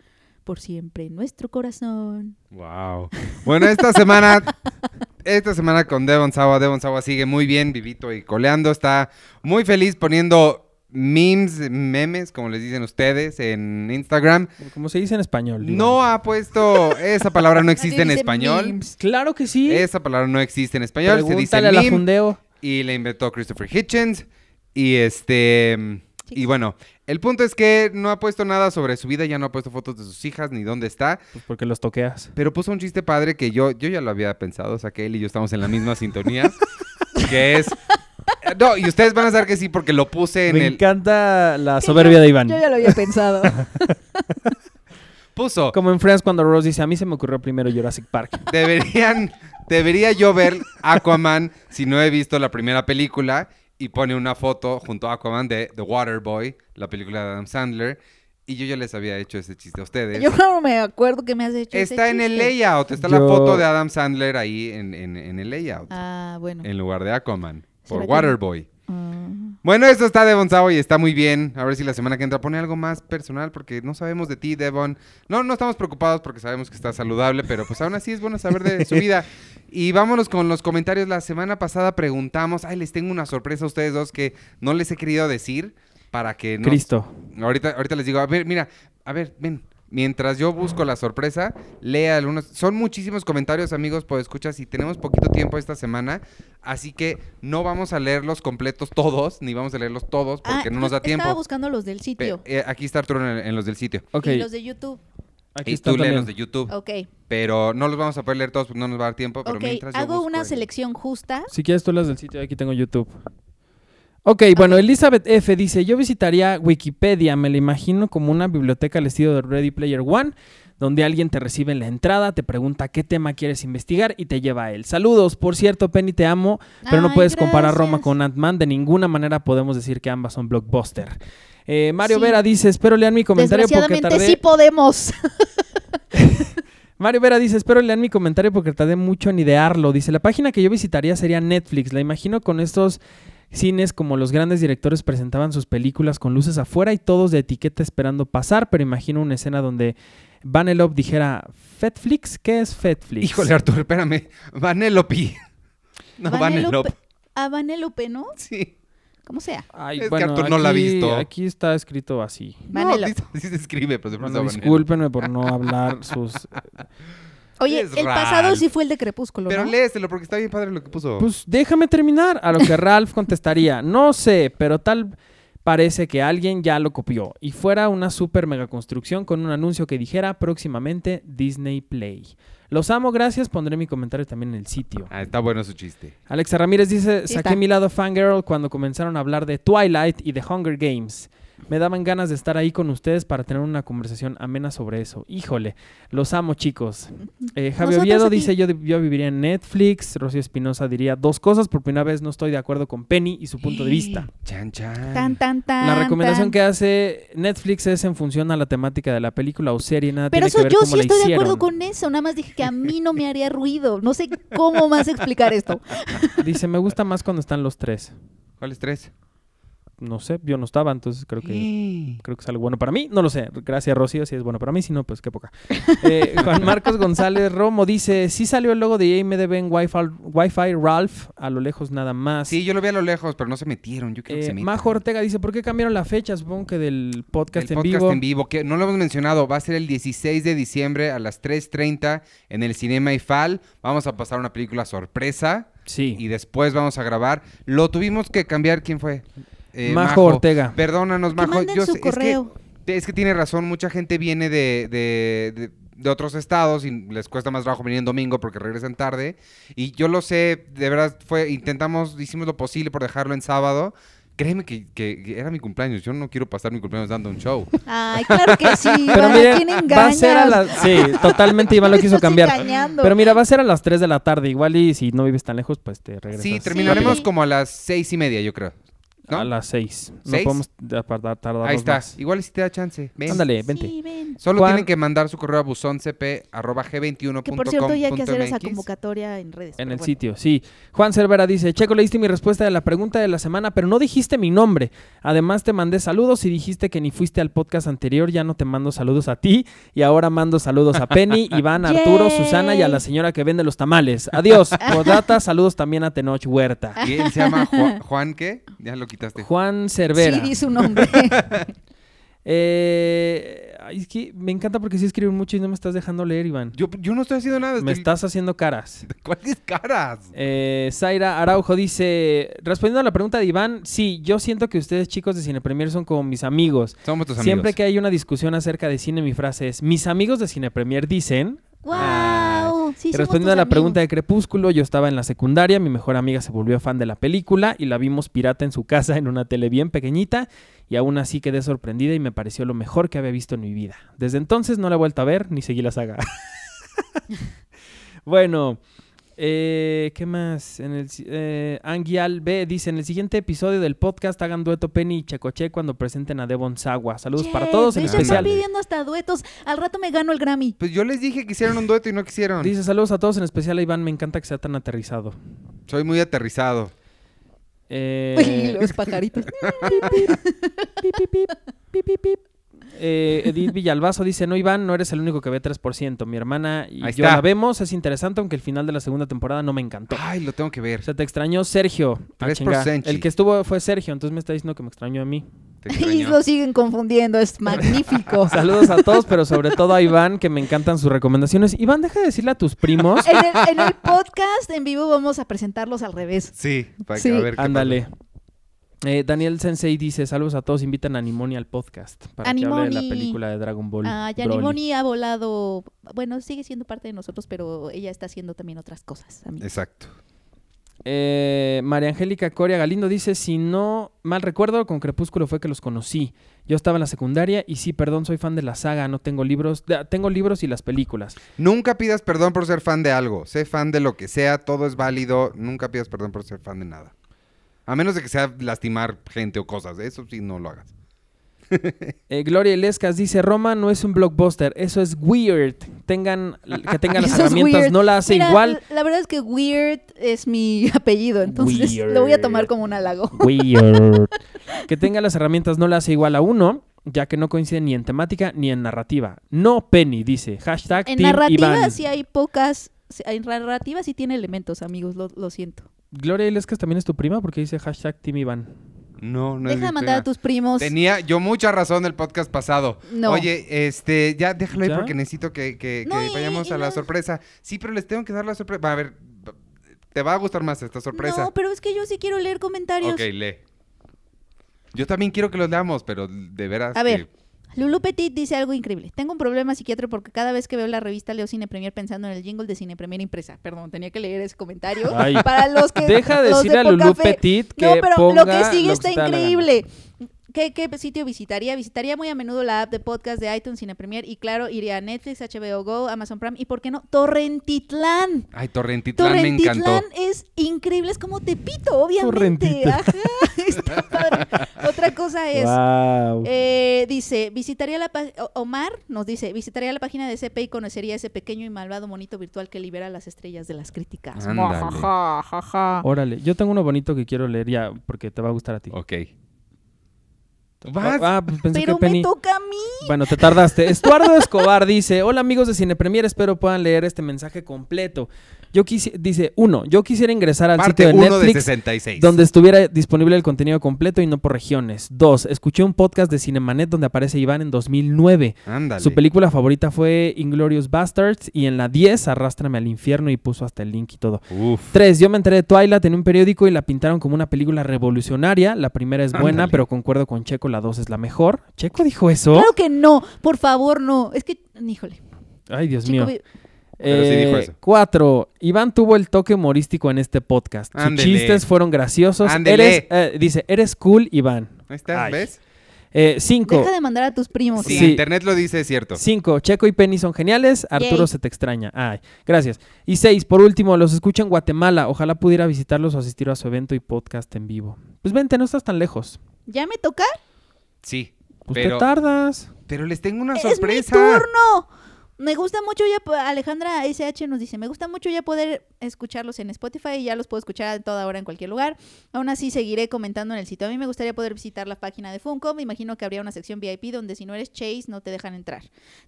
Speaker 3: por siempre en nuestro corazón.
Speaker 1: Wow. Bueno, esta semana, esta semana con Devon Sawa, Devon Sawa sigue muy bien, vivito y coleando, está muy feliz poniendo memes, memes, como les dicen ustedes, en Instagram.
Speaker 2: como se dice en español. digo.
Speaker 1: No ha puesto, esa palabra no existe en
Speaker 3: Dice
Speaker 1: español.
Speaker 3: memes.
Speaker 2: Claro que sí.
Speaker 1: Esa palabra no existe en español, se dice
Speaker 2: Pregúntale a la
Speaker 1: meme.
Speaker 2: Fundeo.
Speaker 1: y la inventó Christopher Hitchens. Y este. Y bueno, el punto es que no ha puesto nada sobre su vida, ya no ha puesto fotos de sus hijas ni dónde está,
Speaker 2: Pues porque los toqueas.
Speaker 1: pero puso un chiste padre que yo, yo ya lo había pensado, o sea que él y yo estamos en la misma sintonía, que es... No, y ustedes van a saber que sí, porque lo puse en
Speaker 2: Me
Speaker 1: el...
Speaker 2: encanta la soberbia de Iván.
Speaker 3: Yo ya lo había pensado.
Speaker 1: Este Puso,
Speaker 2: Como en Friends cuando Rose dice, a mí se me ocurrió primero Jurassic Park.
Speaker 1: deberían, debería yo ver Aquaman si no he visto la primera película y pone una foto junto a Aquaman de The Waterboy, la película de Adam Sandler, y yo ya les había hecho ese chiste a ustedes.
Speaker 3: Yo no me acuerdo que me has hecho ese
Speaker 1: Está en el
Speaker 3: chiste.
Speaker 1: layout, está la
Speaker 2: Yo-
Speaker 1: foto de Adam Sandler ahí en, en- en el layout,
Speaker 3: Ah, bueno.
Speaker 1: en lugar de Aquaman,
Speaker 3: Se
Speaker 1: por
Speaker 3: ve que-
Speaker 1: Waterboy.
Speaker 3: Ah.
Speaker 1: Bueno, esto está Devon Sabo y está muy bien. A ver si la semana que entra pone algo más personal porque no sabemos de ti, Devon. No, no estamos preocupados porque sabemos que está saludable, pero pues aún así es bueno saber de su vida. Y vámonos con los comentarios. La semana pasada preguntamos, ay, les tengo una sorpresa a ustedes dos que no les he querido decir para que no
Speaker 2: Cristo.
Speaker 1: Ahorita, ahorita les digo, a ver, mira, a ver, ven. Mientras yo busco la sorpresa, lea algunos. Son muchísimos comentarios, amigos, por escuchas, y tenemos poquito tiempo esta semana, así que no vamos a leerlos completos todos, ni vamos a leerlos todos, porque
Speaker 3: Ah,
Speaker 1: no nos da tiempo.
Speaker 3: Estaba buscando los del
Speaker 1: Pe-
Speaker 3: sitio
Speaker 1: eh, aquí está Arturo en, en los del sitio.
Speaker 2: Ok.
Speaker 3: y los de YouTube.
Speaker 2: Aquí
Speaker 1: y
Speaker 2: está
Speaker 1: tú lee
Speaker 2: también.
Speaker 1: los de YouTube,
Speaker 3: Ok,
Speaker 1: pero no los vamos a poder leer todos porque no nos va a dar tiempo. Pero
Speaker 3: ok.
Speaker 1: mientras yo
Speaker 3: Hago
Speaker 1: busco
Speaker 3: una
Speaker 1: el-
Speaker 3: selección justa.
Speaker 2: Si quieres tú las del sitio, aquí tengo YouTube. Ok, bueno, Elizabeth F. dice, yo visitaría Wikipedia, me la imagino como una biblioteca al estilo de Ready Player One, donde alguien te recibe en la entrada, te pregunta qué tema quieres investigar y te lleva a él. Saludos, por cierto, Penny, te amo, pero no
Speaker 3: Ay,
Speaker 2: puedes comparar Roma
Speaker 3: gracias.
Speaker 2: con Ant-Man, de ninguna manera podemos decir que ambas son blockbuster. Eh, Mario
Speaker 3: Sí.
Speaker 2: Vera dice, espero lean mi comentario porque
Speaker 3: Desgraciadamente
Speaker 2: tardé...
Speaker 3: sí podemos.
Speaker 2: Mario Vera dice, espero lean mi comentario porque tardé mucho en idearlo. Dice, la página que yo visitaría sería Netflix. La imagino con estos cines como los grandes directores presentaban sus películas con luces afuera y todos de etiqueta esperando pasar, pero imagino una escena donde Vanellope dijera, ¿Fetflix? ¿Qué es Fetflix?
Speaker 1: Híjole, Arturo, espérame. Vanellope. No, Vanellope.
Speaker 3: Vanellope- A Vanellope, ¿no?
Speaker 1: Sí.
Speaker 3: Como sea.
Speaker 2: Ay,
Speaker 1: Es que
Speaker 2: bueno,
Speaker 1: Arthur no la ha
Speaker 2: aquí-
Speaker 1: visto.
Speaker 2: Aquí está escrito así.
Speaker 1: No,
Speaker 3: Vanellope.
Speaker 1: dice- así se escribe, pero se
Speaker 2: Bueno,
Speaker 1: pronuncia Vanellope.
Speaker 2: discúlpenme por no hablar sus...
Speaker 3: Oye,
Speaker 1: Es
Speaker 3: el pasado
Speaker 1: Ralph.
Speaker 3: sí fue el de Crepúsculo,
Speaker 1: Pero
Speaker 3: ¿no?
Speaker 1: léeselo porque está bien padre lo que puso.
Speaker 2: Pues déjame terminar. A lo que Ralph contestaría, no sé, pero tal parece que alguien ya lo copió. Y fuera una super mega construcción con un anuncio que dijera próximamente Disney Play. Los amo, gracias. Pondré mi comentario también en el sitio.
Speaker 1: Ah, está bueno su chiste.
Speaker 2: Alexa Ramírez dice,
Speaker 3: Sí
Speaker 2: saqué
Speaker 3: está.
Speaker 2: mi lado fangirl cuando comenzaron a hablar de Twilight y de Hunger Games. Me daban ganas de estar ahí con ustedes para tener una conversación amena sobre eso. Híjole, los amo, chicos. Eh, Javi
Speaker 3: Nosotros
Speaker 2: Oviedo
Speaker 3: aquí.
Speaker 2: dice: yo, di- yo viviría en Netflix. Rocío Espinosa diría: Dos cosas. Por primera vez no estoy de acuerdo con Penny y su punto de vista.
Speaker 1: Chan, chan.
Speaker 3: Tan, tan, tan.
Speaker 2: La recomendación
Speaker 3: tan.
Speaker 2: que hace Netflix es en función a la temática de la película o serie, nada
Speaker 3: Pero
Speaker 2: tiene que
Speaker 3: eso
Speaker 2: ver
Speaker 3: yo
Speaker 2: cómo
Speaker 3: sí
Speaker 2: la
Speaker 3: estoy de
Speaker 2: hicieron.
Speaker 3: acuerdo con eso. Nada más dije que a mí no me haría ruido. No sé cómo más explicar esto.
Speaker 2: Dice, me gusta más cuando están los tres.
Speaker 1: ¿Cuáles tres?
Speaker 2: No sé, yo no estaba, entonces creo que
Speaker 1: Sí.
Speaker 2: creo que es algo bueno para mí. No lo sé. Gracias, Rocío, si es bueno para mí. Si no, pues qué poca. Eh, Juan Marcos González Romo dice, sí salió el logo de IMDB en Wi-Fi, Wi-Fi Ralph, a lo lejos nada más.
Speaker 1: Sí, yo lo vi a lo lejos, pero no se metieron. Yo creo que
Speaker 2: Eh,
Speaker 1: se metan.
Speaker 2: Majo Ortega dice, ¿por qué cambiaron la fecha? Supongo que del
Speaker 1: El
Speaker 2: podcast, en,
Speaker 1: podcast
Speaker 2: vivo.
Speaker 1: en vivo, que no lo hemos mencionado, va a ser el 16 de diciembre a las 3.30 en el Cinema IFAL. Vamos a pasar una película sorpresa
Speaker 2: Sí.
Speaker 1: y después vamos a grabar. Lo tuvimos que cambiar, ¿quién fue? Eh,
Speaker 2: Majo, Ortega.
Speaker 1: Perdónanos,
Speaker 3: Que
Speaker 1: Majo.
Speaker 3: manden
Speaker 1: yo
Speaker 3: su
Speaker 1: sé- es que-
Speaker 3: correo.
Speaker 1: Es que tiene razón, mucha gente viene de, de- de- de otros estados y les cuesta más trabajo venir en domingo porque regresan tarde. Y yo lo sé, de verdad, fue, intentamos, hicimos lo posible por dejarlo en sábado. Créeme que, que- que era mi cumpleaños, yo no quiero pasar mi cumpleaños dando un show.
Speaker 3: Ay, claro que sí.
Speaker 2: Pero
Speaker 3: ¿Para
Speaker 2: miren,
Speaker 3: quién
Speaker 2: va a ser a
Speaker 3: engañas?
Speaker 2: las... Sí, totalmente Iván lo
Speaker 3: Me
Speaker 2: quiso
Speaker 3: estás
Speaker 2: cambiar.
Speaker 3: engañando.
Speaker 2: Pero mira, va a ser a las 3 de la tarde. Igual y si no vives tan lejos, pues te regresas.
Speaker 1: Sí, terminaremos
Speaker 3: Sí.
Speaker 1: como a las seis y media, yo creo. ¿no?
Speaker 2: A las 6. No
Speaker 1: ¿Seis?
Speaker 2: podemos tardar, tardar
Speaker 1: Ahí está,
Speaker 2: más.
Speaker 1: igual y si te da chance. ven.
Speaker 2: Ándale, vente.
Speaker 3: Sí, ven.
Speaker 1: Solo
Speaker 2: Juan-
Speaker 1: tienen que mandar su correo a buzoncp.g21.com.
Speaker 3: Que por cierto, ya hay que hacer esa convocatoria en redes.
Speaker 2: En
Speaker 3: pero
Speaker 2: el
Speaker 3: bueno.
Speaker 2: sitio, sí. Juan Cervera dice, Checo, leíste mi respuesta de la pregunta de la semana, pero no dijiste mi nombre. Además te mandé saludos y dijiste que ni fuiste al podcast anterior, ya no te mando saludos a ti y ahora mando saludos a Penny, Iván, Arturo,
Speaker 3: Yay.
Speaker 2: Susana y a la señora que vende los tamales. Adiós. Podata, saludos también a Tenoch Huerta.
Speaker 3: Ah.
Speaker 1: Y él se llama Ju- Juan, ¿qué? Ya lo quitaste.
Speaker 2: Juan Cervera.
Speaker 3: Sí, di su nombre.
Speaker 2: Eh, ay, es que me encanta porque sí escriben mucho y no me estás dejando leer, Iván.
Speaker 1: Yo, yo no estoy haciendo nada.
Speaker 2: Me
Speaker 1: estoy-
Speaker 2: estás haciendo caras.
Speaker 1: ¿Cuáles caras?
Speaker 2: Eh, Zaira Araujo dice, respondiendo a la pregunta de Iván, sí, yo siento que ustedes chicos de Cine Premier son como mis amigos.
Speaker 1: Somos tus amigos.
Speaker 2: Siempre que hay una discusión acerca de cine, mi frase es, mis amigos de Cine Premier dicen...
Speaker 3: ¡Wow! Sí,
Speaker 2: Y
Speaker 3: somos
Speaker 2: respondiendo
Speaker 3: tus
Speaker 2: a la
Speaker 3: amigos.
Speaker 2: pregunta de Crepúsculo, yo estaba en la secundaria, mi mejor amiga se volvió fan de la película y la vimos pirata en su casa en una tele bien pequeñita y aún así quedé sorprendida y me pareció lo mejor que había visto en mi vida. Desde entonces no la he vuelto a ver ni seguí la saga. bueno, eh, ¿qué más? En el, si- eh, Anguial B dice, en el siguiente episodio del podcast hagan dueto Penny y Checoche cuando presenten a Devon Sawa. Saludos
Speaker 3: Che,
Speaker 2: para todos, en
Speaker 3: ve, ya
Speaker 2: especial.
Speaker 3: Están pidiendo hasta duetos. Al rato me gano el Grammy.
Speaker 1: Pues yo les dije que hicieran un dueto y no quisieron.
Speaker 2: Dice saludos a todos, en especial a Iván, me encanta que sea tan aterrizado.
Speaker 1: Soy muy aterrizado.
Speaker 2: Eh,
Speaker 3: Y los pajaritos.
Speaker 2: Pip, pip, pip, pip, pip, pip. Eh, Edith Villalbazo dice, no Iván, no eres el único que ve 3%. Mi hermana y
Speaker 1: Ahí
Speaker 2: yo
Speaker 1: está.
Speaker 2: la vemos, es interesante, aunque el final de la segunda temporada no me encantó.
Speaker 1: Ay, lo tengo que ver.
Speaker 2: Se te extrañó Sergio. Ah,
Speaker 1: 3%.
Speaker 2: chinga. El que estuvo fue Sergio, entonces me está diciendo que me extrañó a mí.
Speaker 1: Te
Speaker 3: Y
Speaker 1: extraño.
Speaker 3: lo siguen confundiendo. Es magnífico.
Speaker 2: Saludos a todos, pero sobre todo a Iván, que me encantan sus recomendaciones. Iván, deja de decirle a tus primos.
Speaker 3: En el, en el podcast en vivo vamos a presentarlos al revés.
Speaker 1: Sí, para
Speaker 3: Sí.
Speaker 1: que a ver qué
Speaker 2: Ándale.
Speaker 1: pasa.
Speaker 2: Eh, Daniel Sensei dice, saludos a todos, invitan a Nimoni al podcast para que hable de la
Speaker 3: Animoni.
Speaker 2: película de Dragon Ball.
Speaker 3: Ah, ya
Speaker 2: Broly.
Speaker 3: Nimoni ha volado. Bueno, sigue siendo parte de nosotros, pero ella está haciendo también otras cosas. amigo.
Speaker 1: Exacto.
Speaker 2: Eh, María Angélica Coria Galindo dice, si no mal recuerdo, con Crepúsculo fue que los conocí. Yo estaba en la secundaria y sí, perdón, soy fan de la saga, no tengo libros, de- tengo libros y las películas.
Speaker 1: Nunca pidas perdón por ser fan de algo. Sé fan de lo que sea, todo es válido. Nunca pidas perdón por ser fan de nada. A menos de que sea lastimar gente o cosas. Eso sí, no lo hagas.
Speaker 2: Eh, Gloria Lescas dice, Roma no es un blockbuster, eso es weird. Tengan, que tengan las
Speaker 3: Eso es
Speaker 2: herramientas,
Speaker 3: weird.
Speaker 2: no la hace
Speaker 3: Mira,
Speaker 2: igual.
Speaker 3: La verdad es que Weird es mi apellido, entonces lo voy a tomar
Speaker 2: Weird.
Speaker 3: como un halago.
Speaker 2: Weird. que tenga las herramientas no la hace igual a uno, ya que no coincide ni en temática ni en narrativa. No Penny, dice. Hashtag
Speaker 3: En
Speaker 2: Team
Speaker 3: narrativa
Speaker 2: Iván.
Speaker 3: sí hay pocas. sí- En narrativa sí tiene elementos, amigos, lo, lo siento.
Speaker 2: Gloria Lescas también es tu prima porque dice hashtag Team Iván.
Speaker 1: No, no es
Speaker 3: Deja de
Speaker 1: mi
Speaker 3: mandar a
Speaker 1: tema.
Speaker 3: tus primos.
Speaker 1: Tenía yo mucha razón el podcast pasado.
Speaker 3: No.
Speaker 1: Oye, este, ya déjalo
Speaker 2: ¿Ya?
Speaker 1: ahí porque necesito que, que-
Speaker 3: No,
Speaker 1: que
Speaker 3: y-
Speaker 1: vayamos
Speaker 3: y
Speaker 1: a la
Speaker 3: no.
Speaker 1: sorpresa. Sí, pero les tengo que dar la sorpresa. A ver, te va a gustar más esta sorpresa.
Speaker 3: No, pero es que yo sí quiero leer comentarios.
Speaker 1: Ok, lee. Yo también quiero que los leamos, pero de veras.
Speaker 3: A ver.
Speaker 1: que-
Speaker 3: Lulu Petit dice algo increíble. Tengo un problema psiquiátrico porque cada vez que veo la revista leo Cine Premier pensando en el jingle de Cine Premier impresa. Perdón, tenía que leer ese comentario.
Speaker 2: Ay.
Speaker 3: Para los que
Speaker 2: Deja de
Speaker 3: los
Speaker 2: decirle a
Speaker 3: Poca
Speaker 2: Lulú
Speaker 3: Fe-
Speaker 2: Petit que
Speaker 3: No, pero
Speaker 2: ponga
Speaker 3: lo que sigue está
Speaker 2: te da la gana.
Speaker 3: increíble. ¿Qué, ¿Qué sitio visitaría? Visitaría muy a menudo la app de podcast de iTunes, Cine Premier y claro, iría a Netflix, HBO Go, Amazon Prime y, ¿por qué no? Torrentitlán.
Speaker 1: Ay, Torrentitlán, me
Speaker 3: Torrentitlán
Speaker 1: encantó.
Speaker 3: es increíble, es como Tepito, obviamente.
Speaker 2: Torrentito.
Speaker 3: Ajá, está padre. Otra cosa es,
Speaker 2: Wow.
Speaker 3: eh, dice, visitaría la pa- O- Omar nos dice, visitaría la página de CP y conocería ese pequeño y malvado monito virtual que libera las estrellas de las críticas.
Speaker 1: Ándale.
Speaker 3: Muajaja, jaja.
Speaker 2: Órale, yo tengo uno bonito que quiero leer ya porque te va a gustar a ti.
Speaker 1: Ok. Vas.
Speaker 2: Ah, pues pensé
Speaker 3: Pero
Speaker 2: que Penny.
Speaker 3: me toca a mí.
Speaker 2: Bueno, te tardaste. Estuardo Escobar dice: Hola amigos de Cine Premier, espero puedan leer este mensaje completo. Yo quisi- dice, uno, yo quisiera ingresar al
Speaker 1: Parte
Speaker 2: sitio de
Speaker 1: 1 de
Speaker 2: Netflix
Speaker 1: 66.
Speaker 2: donde estuviera disponible el contenido completo y no por regiones. Dos, escuché un podcast de Cinemanet donde aparece Iván en 2009.
Speaker 1: Ándale.
Speaker 2: Su película favorita fue Inglorious Bastards y en la 10 Arrástrame al infierno y puso hasta el link y todo.
Speaker 1: Uf.
Speaker 2: 3. Yo me enteré de Twilight en un periódico y la pintaron como una película revolucionaria. La primera es buena,
Speaker 1: Ándale.
Speaker 2: pero concuerdo con Checo, la 2 es la mejor. ¿Checo dijo eso?
Speaker 3: Claro que no, por favor, no. Es que, híjole.
Speaker 2: Ay, Dios mío.
Speaker 3: Chico, vi-
Speaker 1: Pero sí dijo eso.
Speaker 2: 4. Iván tuvo el toque humorístico en este podcast.
Speaker 1: Ándele.
Speaker 2: Sus chistes fueron graciosos.
Speaker 1: Ándele.
Speaker 2: Eres, eh, dice, eres cool, Iván. Eh,
Speaker 1: Ahí está,
Speaker 2: Ay.
Speaker 1: ¿ves?
Speaker 2: 5.
Speaker 3: deja de mandar a tus primos.
Speaker 1: Si
Speaker 2: Sí.
Speaker 1: internet lo dice, es cierto.
Speaker 2: 5. Checo y Penny son geniales. Arturo
Speaker 3: Yay.
Speaker 2: se te extraña. Ay, gracias. Y 6. Por último, los escucho en Guatemala. Ojalá pudiera visitarlos o asistir a su evento y podcast en vivo. Pues vente, no estás tan lejos.
Speaker 3: ¿Ya me toca?
Speaker 1: Sí.
Speaker 2: Pues
Speaker 1: Pero,
Speaker 2: te tardas.
Speaker 1: pero les tengo una
Speaker 3: ¡Es mi
Speaker 1: sorpresa.
Speaker 3: turno! Me gusta mucho ya, po- Alejandra SH nos dice, me gusta mucho ya poder escucharlos en Spotify y ya los puedo escuchar a toda hora en cualquier lugar. Aún así seguiré comentando en el sitio. A mí me gustaría poder visitar la página de Funko. Me imagino que habría una sección VIP donde si no eres Chase no te dejan entrar.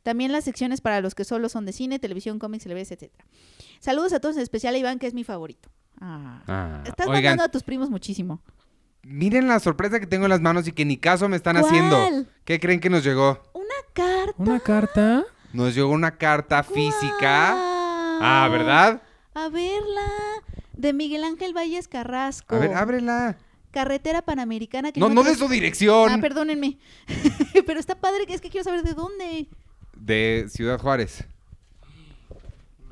Speaker 3: También las secciones para los que solo son de cine, televisión, cómics, celebres, etc. Saludos a todos, en especial a Iván, que es mi favorito. Ah.
Speaker 1: Ah,
Speaker 3: Estás
Speaker 1: oigan,
Speaker 3: mandando a tus primos muchísimo.
Speaker 1: miren la sorpresa que tengo en las manos y que ni caso me están
Speaker 3: ¿Cuál?
Speaker 1: haciendo. ¿Qué creen que nos llegó?
Speaker 3: Carta
Speaker 2: ¿Una carta?
Speaker 1: Nos llegó una carta física. Ah,
Speaker 3: Ah,
Speaker 1: ¿verdad?
Speaker 3: A verla. De Miguel Ángel Valles Carrasco.
Speaker 1: A ver, ábrela.
Speaker 3: Carretera Panamericana. Oh. Que
Speaker 1: No,
Speaker 3: yo
Speaker 1: no de
Speaker 3: acuerdo-
Speaker 1: su dirección.
Speaker 3: Ah, perdónenme. Pero está padre, que es que quiero saber de dónde.
Speaker 1: De Ciudad Juárez.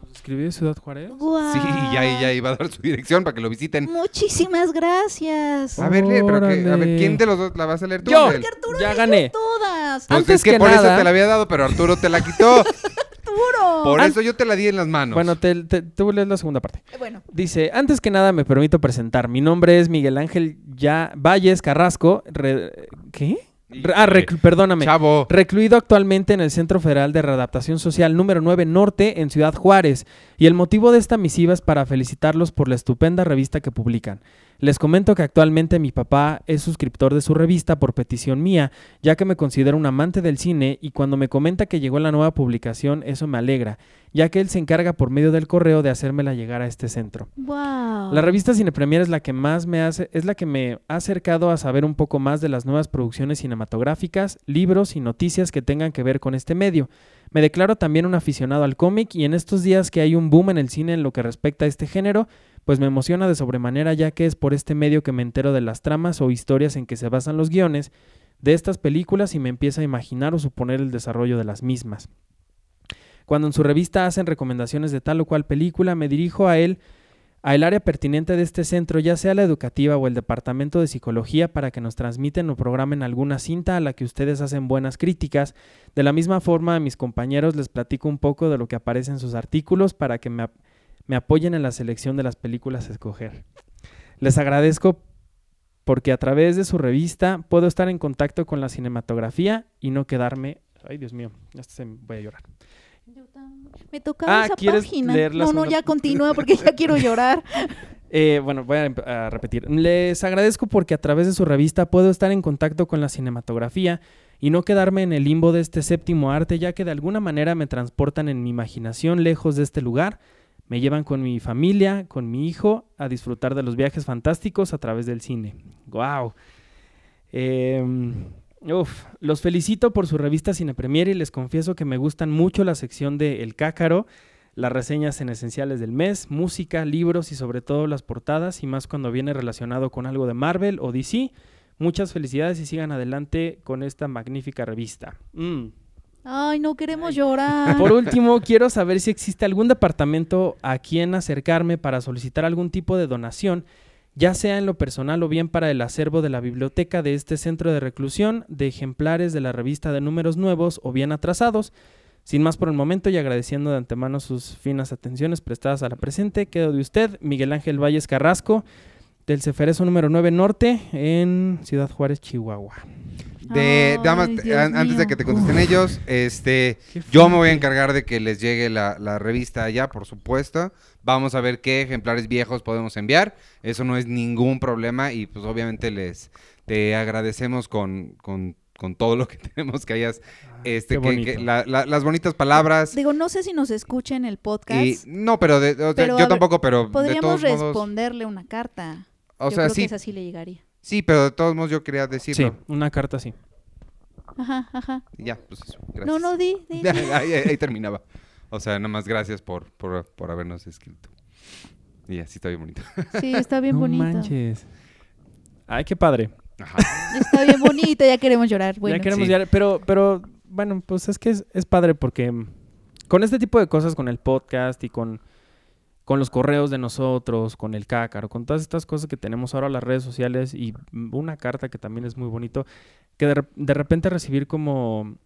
Speaker 2: ¿Nos escribió de Ciudad Juárez?
Speaker 3: Guau.
Speaker 1: Sí, ya, ya iba a dar su dirección para que lo visiten.
Speaker 3: Muchísimas gracias.
Speaker 1: A ver, lee, pero que- a ver,
Speaker 2: Órale.
Speaker 1: ¿quién de los dos la vas a leer tú?
Speaker 2: Yo.
Speaker 1: o él?
Speaker 3: Porque Arturo
Speaker 2: Ya
Speaker 3: leyó
Speaker 2: gané.
Speaker 3: todas.
Speaker 1: Pues
Speaker 2: Antes
Speaker 1: es que,
Speaker 2: que
Speaker 1: por eso
Speaker 2: nada-
Speaker 1: te la había dado, pero Arturo te la quitó.
Speaker 3: Arturo.
Speaker 1: Por
Speaker 2: An-
Speaker 1: eso yo te la di en las manos.
Speaker 2: Bueno, te, te- tú lees la segunda parte.
Speaker 3: Eh, Bueno,
Speaker 2: Dice, antes que nada me permito presentar. Mi nombre es Miguel Ángel ya Valles Carrasco. Re- ¿Qué? Re- ah, reclu- perdóname.
Speaker 1: Chavo.
Speaker 2: Recluido actualmente en el Centro Federal de Readaptación Social número 9 Norte en Ciudad Juárez, y el motivo de esta misiva es para felicitarlos por la estupenda revista que publican. Les comento que actualmente mi papá es suscriptor de su revista por petición mía, ya que me considero un amante del cine y cuando me comenta que llegó la nueva publicación eso me alegra, ya que él se encarga por medio del correo de hacérmela llegar a este centro.
Speaker 3: wow.
Speaker 2: La revista Cine Premier es la que más me hace, es la que me ha acercado a saber un poco más de las nuevas producciones cinematográficas, libros y noticias que tengan que ver con este medio. Me declaro también un aficionado al cómic y en estos días que hay un boom en el cine en lo que respecta a este género, pues me emociona de sobremanera ya que es por este medio que me entero de las tramas o historias en que se basan los guiones de estas películas y me empieza a imaginar o suponer el desarrollo de las mismas. Cuando en su revista hacen recomendaciones de tal o cual película, me dirijo a él al área pertinente de este centro, ya sea la educativa o el departamento de psicología, para que nos transmiten o programen alguna cinta a la que ustedes hacen buenas críticas. De la misma forma, a mis compañeros les platico un poco de lo que aparece en sus artículos para que me, ap- me apoyen en la selección de las películas a escoger. Les agradezco porque a través de su revista puedo estar en contacto con la cinematografía y no quedarme... Ay, Dios mío, hasta se me- voy a llorar.
Speaker 3: Me tocaba
Speaker 2: Ah,
Speaker 3: esa
Speaker 2: ¿quieres
Speaker 3: página.
Speaker 2: leer la
Speaker 3: no, no,
Speaker 2: segunda?
Speaker 3: ya continúa porque ya quiero llorar.
Speaker 2: Eh, bueno, voy a, empe- a repetir. Les agradezco porque a través de su revista puedo estar en contacto con la cinematografía y no quedarme en el limbo de este séptimo arte, ya que de alguna manera me transportan en mi imaginación lejos de este lugar. Me llevan con mi familia, con mi hijo, a disfrutar de los viajes fantásticos a través del cine. ¡Guau! Em, uf, los felicito por su revista Cine Premier y les confieso que me gustan mucho la sección de El Cácaro, las reseñas en esenciales del mes, música, libros y sobre todo las portadas y más cuando viene relacionado con algo de Marvel o DC. Muchas felicidades y sigan adelante con esta magnífica revista. Mm.
Speaker 3: Ay, no queremos llorar.
Speaker 2: Por último, quiero saber si existe algún departamento a quien acercarme para solicitar algún tipo de donación, ya sea en lo personal o bien para el acervo de la biblioteca de este centro de reclusión, de ejemplares de la revista de números nuevos o bien atrasados. Sin más por el momento y agradeciendo de antemano sus finas atenciones prestadas a la presente, quedo de usted, Miguel Ángel Valles Carrasco, del Ceferezo número 9 Norte, en Ciudad Juárez, Chihuahua.
Speaker 1: De,
Speaker 3: Ay,
Speaker 1: nada más,
Speaker 3: Dios
Speaker 1: eh, an- antes de
Speaker 3: mío.
Speaker 1: que te contesten ellos, este,
Speaker 2: Qué
Speaker 1: yo me voy a
Speaker 2: fuerte.
Speaker 1: encargar de que les llegue la, la revista allá, por supuesto. Vamos a ver qué ejemplares viejos podemos enviar. Eso no es ningún problema y pues obviamente les te agradecemos con, con, con todo lo que tenemos que hayas, este,
Speaker 2: Ah, qué
Speaker 1: que- que,
Speaker 2: bonito.
Speaker 1: la- la- las bonitas palabras.
Speaker 3: Digo, no sé si nos escucha en el
Speaker 1: Y,
Speaker 3: podcast.
Speaker 1: no, pero, de- o sea,
Speaker 3: Pero, a
Speaker 1: yo
Speaker 3: ver,
Speaker 1: tampoco, pero de
Speaker 3: Podríamos
Speaker 1: todos modos,
Speaker 3: responderle una carta.
Speaker 1: o
Speaker 3: Yo
Speaker 1: sea,
Speaker 3: creo que
Speaker 1: sí,
Speaker 3: esa sí le llegaría.
Speaker 1: sí, pero de todos modos yo quería
Speaker 2: Sí,
Speaker 1: decirlo.
Speaker 2: una carta así.
Speaker 3: Ajá, ajá.
Speaker 1: Y Ya, pues eso. Gracias.
Speaker 3: No, no, di, di. di.
Speaker 1: ahí, ahí- ahí terminaba. O sea, nada más gracias por, por, por habernos escrito. Y así está bien bonito.
Speaker 3: Sí, está bien
Speaker 2: no
Speaker 3: bonito.
Speaker 2: manches. Ay, qué padre.
Speaker 1: Ajá.
Speaker 3: Está bien bonito, ya queremos llorar. Bueno,
Speaker 2: ya queremos
Speaker 1: Sí.
Speaker 2: ya- pero, pero, bueno, pues es que es, es padre porque mm, con este tipo de cosas, con el podcast y con, con los correos de nosotros, con el cácaro, con todas estas cosas que tenemos ahora las redes sociales y mm, una carta que también es muy bonito, que de, rep- de repente recibir como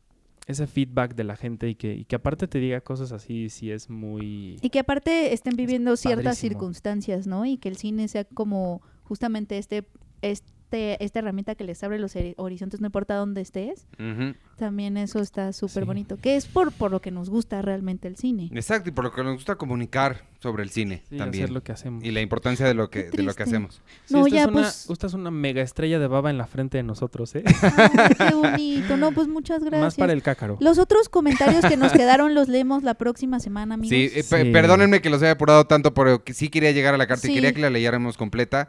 Speaker 2: ese feedback de la gente y que, y que aparte te diga cosas así, sí es muy...
Speaker 3: Y que aparte estén viviendo ciertas
Speaker 2: padrísimo.
Speaker 3: circunstancias, ¿no? Y que el cine sea como justamente este, este, esta herramienta que les abre los hori- horizontes, no importa dónde estés.
Speaker 1: Ujú.
Speaker 3: También eso está súper
Speaker 2: Sí.
Speaker 3: bonito. Que es por, por lo que nos gusta realmente el cine.
Speaker 1: Exacto, y por lo que nos gusta comunicar sobre el cine
Speaker 2: sí, hacer
Speaker 1: también.
Speaker 2: lo que hacemos.
Speaker 1: Y la importancia de lo que,
Speaker 3: Qué
Speaker 1: de lo que
Speaker 3: triste.
Speaker 1: hacemos.
Speaker 2: Sí,
Speaker 3: No,
Speaker 2: esta
Speaker 3: ya,
Speaker 2: es una,
Speaker 3: pues-
Speaker 2: esta es una mega estrella de baba en la frente de nosotros, ¿eh?
Speaker 3: Ay, qué bonito. No, pues muchas gracias.
Speaker 2: Más para el cácaro.
Speaker 3: Los otros comentarios que nos quedaron los leemos la próxima semana, amigos.
Speaker 1: Sí, eh, pe-
Speaker 2: Sí.
Speaker 1: perdónenme que los haya apurado tanto, pero que sí quería llegar a la carta y
Speaker 3: Sí.
Speaker 1: quería que la leyéramos completa.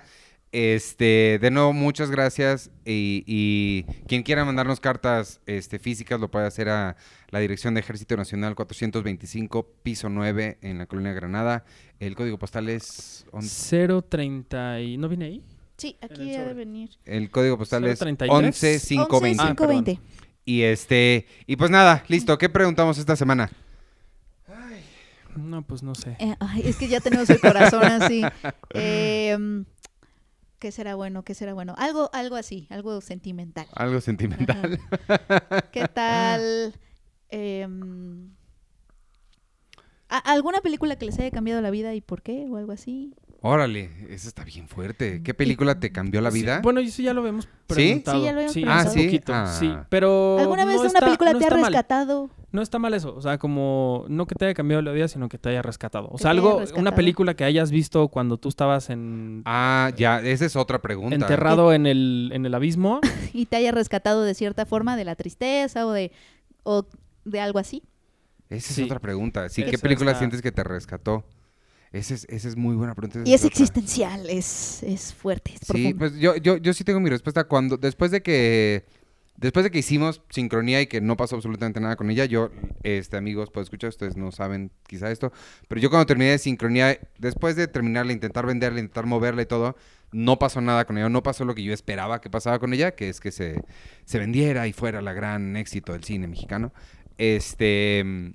Speaker 1: Este, de nuevo, muchas gracias. Y, y quien quiera mandarnos cartas este, físicas lo puede hacer a la Dirección de Ejército Nacional 425, piso 9, en la colonia Granada. El código postal es. once-
Speaker 2: 030 y... ¿No viene ahí?
Speaker 3: Sí,
Speaker 2: En
Speaker 3: aquí
Speaker 2: el
Speaker 3: ha de
Speaker 2: sobre.
Speaker 3: venir.
Speaker 1: El código postal es
Speaker 2: 033.
Speaker 3: Oh,
Speaker 1: 11520.
Speaker 2: Ah,
Speaker 3: 11.520.
Speaker 1: Y este, y pues nada, listo. ¿Qué preguntamos esta semana?
Speaker 2: No, pues no sé.
Speaker 3: Eh, ay, es que ya tenemos el corazón así. Eh, mm, ¿Qué será bueno? ¿Qué será bueno? Algo, algo así, algo sentimental.
Speaker 1: Algo sentimental.
Speaker 3: Ajá. ¿Qué tal? eh, mm, a- ¿Alguna película que les haya cambiado la vida y por qué? O algo así.
Speaker 1: Órale, eso está bien fuerte. ¿Qué película te cambió la
Speaker 2: Sí,
Speaker 1: vida?
Speaker 2: bueno, eso ya lo vemos
Speaker 1: ¿Sí?
Speaker 2: preguntado.
Speaker 3: Sí, ya lo habíamos
Speaker 2: un
Speaker 1: preguntado. Ah, ¿sí?
Speaker 2: poquito,
Speaker 1: Ah.
Speaker 2: sí, pero
Speaker 3: ¿Alguna vez
Speaker 2: Oh, no
Speaker 3: una
Speaker 2: está-
Speaker 3: película
Speaker 2: no
Speaker 3: te ha
Speaker 2: está mal.
Speaker 3: rescatado?
Speaker 2: No está mal eso, o sea, como no que te haya cambiado la vida, sino que te haya rescatado. O
Speaker 3: Que
Speaker 2: sea,
Speaker 3: te haya
Speaker 2: algo, una
Speaker 3: rescatado.
Speaker 2: película que hayas visto cuando tú estabas en,
Speaker 1: Ah, ya, esa es otra pregunta.
Speaker 2: enterrado en el, en el abismo.
Speaker 3: Y te haya rescatado de cierta forma de la tristeza o de, o de algo así.
Speaker 1: Esa es
Speaker 2: Sí.
Speaker 1: otra pregunta. Sí, ¿qué
Speaker 2: Esa
Speaker 1: película
Speaker 2: está-
Speaker 1: sientes que te rescató? Esa es, esa es muy buena
Speaker 2: Mm,
Speaker 1: pregunta. esa
Speaker 3: Y es
Speaker 1: otra.
Speaker 3: existencial, es, es fuerte, es
Speaker 1: Sí,
Speaker 3: profundo.
Speaker 1: pues yo, yo, yo sí tengo mi respuesta. Cuando, después de que. Después de que hicimos sincronía y que no pasó absolutamente nada con ella, yo, este, amigos, pues escuchar, ustedes no saben quizá esto, pero yo cuando terminé de sincronía, después de terminarla, intentar venderla, intentar moverla y todo, no pasó nada con ella, no pasó lo que yo esperaba que pasaba con ella, que es que se, se vendiera y fuera la gran éxito del cine mexicano. Este. mm,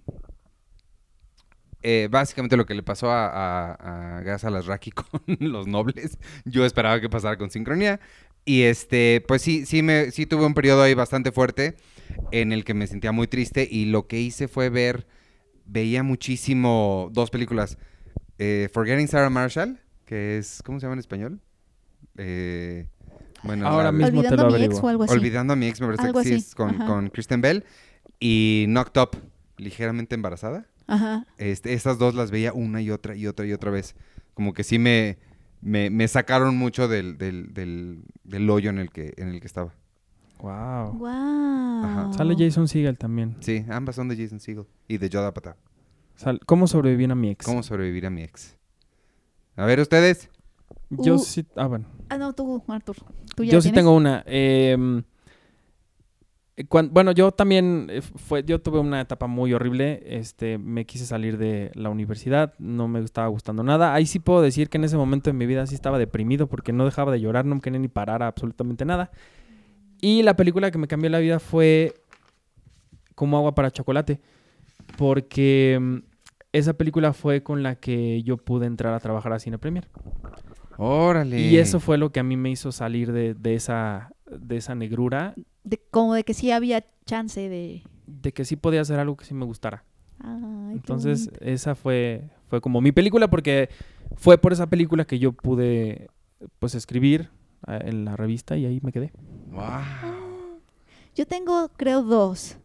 Speaker 1: eh, básicamente lo que le pasó a, a, a Gaza Lasraki con Los Nobles, yo esperaba que pasara con Sincronía. Y este, pues sí, sí, me, sí tuve un periodo ahí bastante fuerte en el que me sentía muy triste y lo que hice fue ver, veía muchísimo dos películas. Eh, Forgetting Sarah Marshall, que es, ¿cómo se llama en español? Eh, bueno,
Speaker 2: Ahora
Speaker 1: la-
Speaker 2: mismo te
Speaker 3: Olvidando
Speaker 2: lo
Speaker 3: a mi ex
Speaker 2: averiguo.
Speaker 3: o algo así.
Speaker 1: Olvidando a mi ex, me parece
Speaker 3: Algo
Speaker 1: que sí
Speaker 3: así,
Speaker 1: es con,
Speaker 3: ajá.
Speaker 1: con Kristen Bell. Y Knocked Up, ligeramente embarazada.
Speaker 3: Ajá.
Speaker 1: Este, estas dos las veía una y otra y otra y otra vez. Como que sí me, me, me sacaron mucho del, del, del, del hoyo en el que, en el que estaba.
Speaker 2: wow.
Speaker 3: Wow.
Speaker 2: Sale Jason Segel también.
Speaker 1: Sí, ambas son de Jason Segel y de Yoda Pata.
Speaker 2: Sal- ¿Cómo sobreviví a mi ex?
Speaker 1: ¿Cómo sobrevivir a mi ex? A ver, ustedes.
Speaker 2: Yo
Speaker 3: Uh,
Speaker 2: sí, ah, bueno.
Speaker 3: Ah, no, tú, Arthur. ¿Tú ya
Speaker 2: Yo
Speaker 3: la
Speaker 2: sí
Speaker 3: tienes?
Speaker 2: tengo una. em, cuan- bueno, yo también eh, fue, yo tuve una etapa muy horrible. Este, me quise salir de la universidad, no me estaba gustando nada. Ahí sí puedo decir que en ese momento de mi vida sí estaba deprimido porque no dejaba de llorar, no quería ni parar a absolutamente nada. Y la película que me cambió la vida fue Como agua para chocolate, porque em, esa película fue con la que yo pude entrar a trabajar a Cine Premier.
Speaker 1: Órale.
Speaker 2: Y eso fue lo que a mí me hizo salir de, de esa, de esa negrura,
Speaker 3: De- como de que sí había chance de...
Speaker 2: de que sí podía hacer algo que sí me gustara.
Speaker 3: Ay, qué
Speaker 2: Entonces,
Speaker 3: bonito.
Speaker 2: esa fue, fue como mi película porque fue por esa película que yo pude, pues, escribir eh, en la revista y ahí me quedé.
Speaker 1: Guau.
Speaker 3: Yo tengo, creo, dos.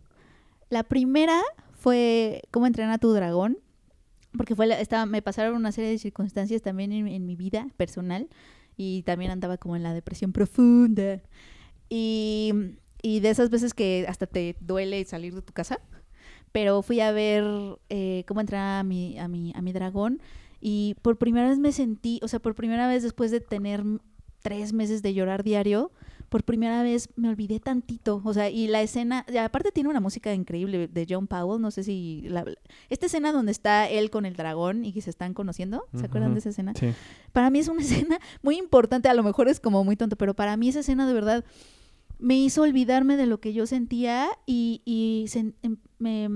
Speaker 3: La primera fue cómo entrenar a tu dragón, porque fue la- estaba, me pasaron una serie de circunstancias también en, en mi vida personal y también andaba como en la depresión profunda. Y, y de esas veces que hasta te duele salir de tu casa, pero fui a ver eh, cómo entrenar a mi, a, mi, a mi dragón y por primera vez me sentí, o sea, por primera vez después de tener tres meses de llorar diario, por primera vez me olvidé tantito, o sea, y la escena, y aparte tiene una música increíble de John Powell, no sé si la- esta escena donde está él con el dragón y que se están conociendo, ¿se acuerdan
Speaker 2: Ujú.
Speaker 3: de esa escena?
Speaker 2: Sí.
Speaker 3: Para mí es una escena muy importante, a lo mejor es como muy tonto, pero para mí esa escena de verdad me hizo olvidarme de lo que yo sentía y, y sen- em- me,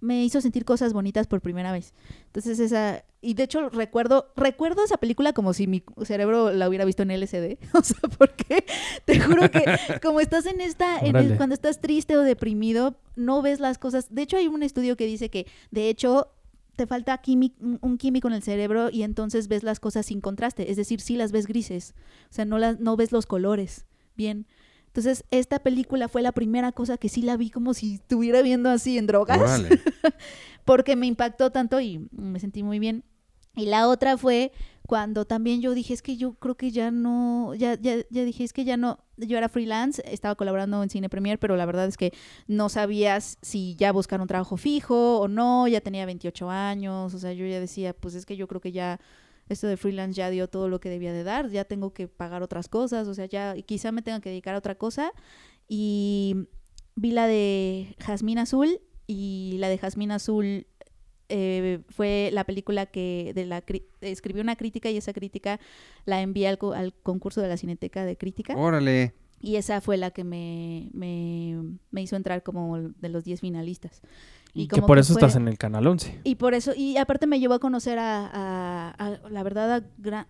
Speaker 3: me hizo sentir cosas bonitas por primera vez. Entonces esa... Y de hecho recuerdo, recuerdo esa película como si mi cerebro la hubiera visto en LCD. O sea, porque te juro que como estás en esta... en el-
Speaker 2: Órale.
Speaker 3: cuando estás triste o deprimido, no ves las cosas. De hecho hay un estudio que dice que, de hecho, te falta quími- un- un químico en el cerebro y entonces ves las cosas sin contraste, es decir, sí las ves grises, o sea, no, las, no ves los colores bien. Entonces, esta película fue la primera cosa que sí la vi como si estuviera viendo así en drogas,
Speaker 1: Órale.
Speaker 3: porque me impactó tanto y me sentí muy bien. Y la otra fue cuando también yo dije, es que yo creo que ya no, ya, ya, ya dije, es que ya no, yo era freelance, estaba colaborando en Cine Premier, pero la verdad es que no sabías si ya buscar un trabajo fijo o no, ya tenía 28 años, o sea, yo ya decía, pues es que yo creo que ya esto de freelance ya dio todo lo que debía de dar, ya tengo que pagar otras cosas, o sea, ya y quizá me tenga que dedicar a otra cosa. Y vi la de Jazmín Azul y la de Jazmín Azul eh, fue la película que de la cri- escribí una crítica y esa crítica la envié al, co- al concurso de la Cineteca de Crítica.
Speaker 1: Órale.
Speaker 3: Y esa fue la que me, me, me hizo entrar como de los 10 finalistas.
Speaker 2: Y que
Speaker 3: como
Speaker 2: por eso
Speaker 3: fue-
Speaker 2: estás en el Canal 11.
Speaker 3: Y por eso, y aparte me llevó a conocer a, a- a- la verdad, a, gra-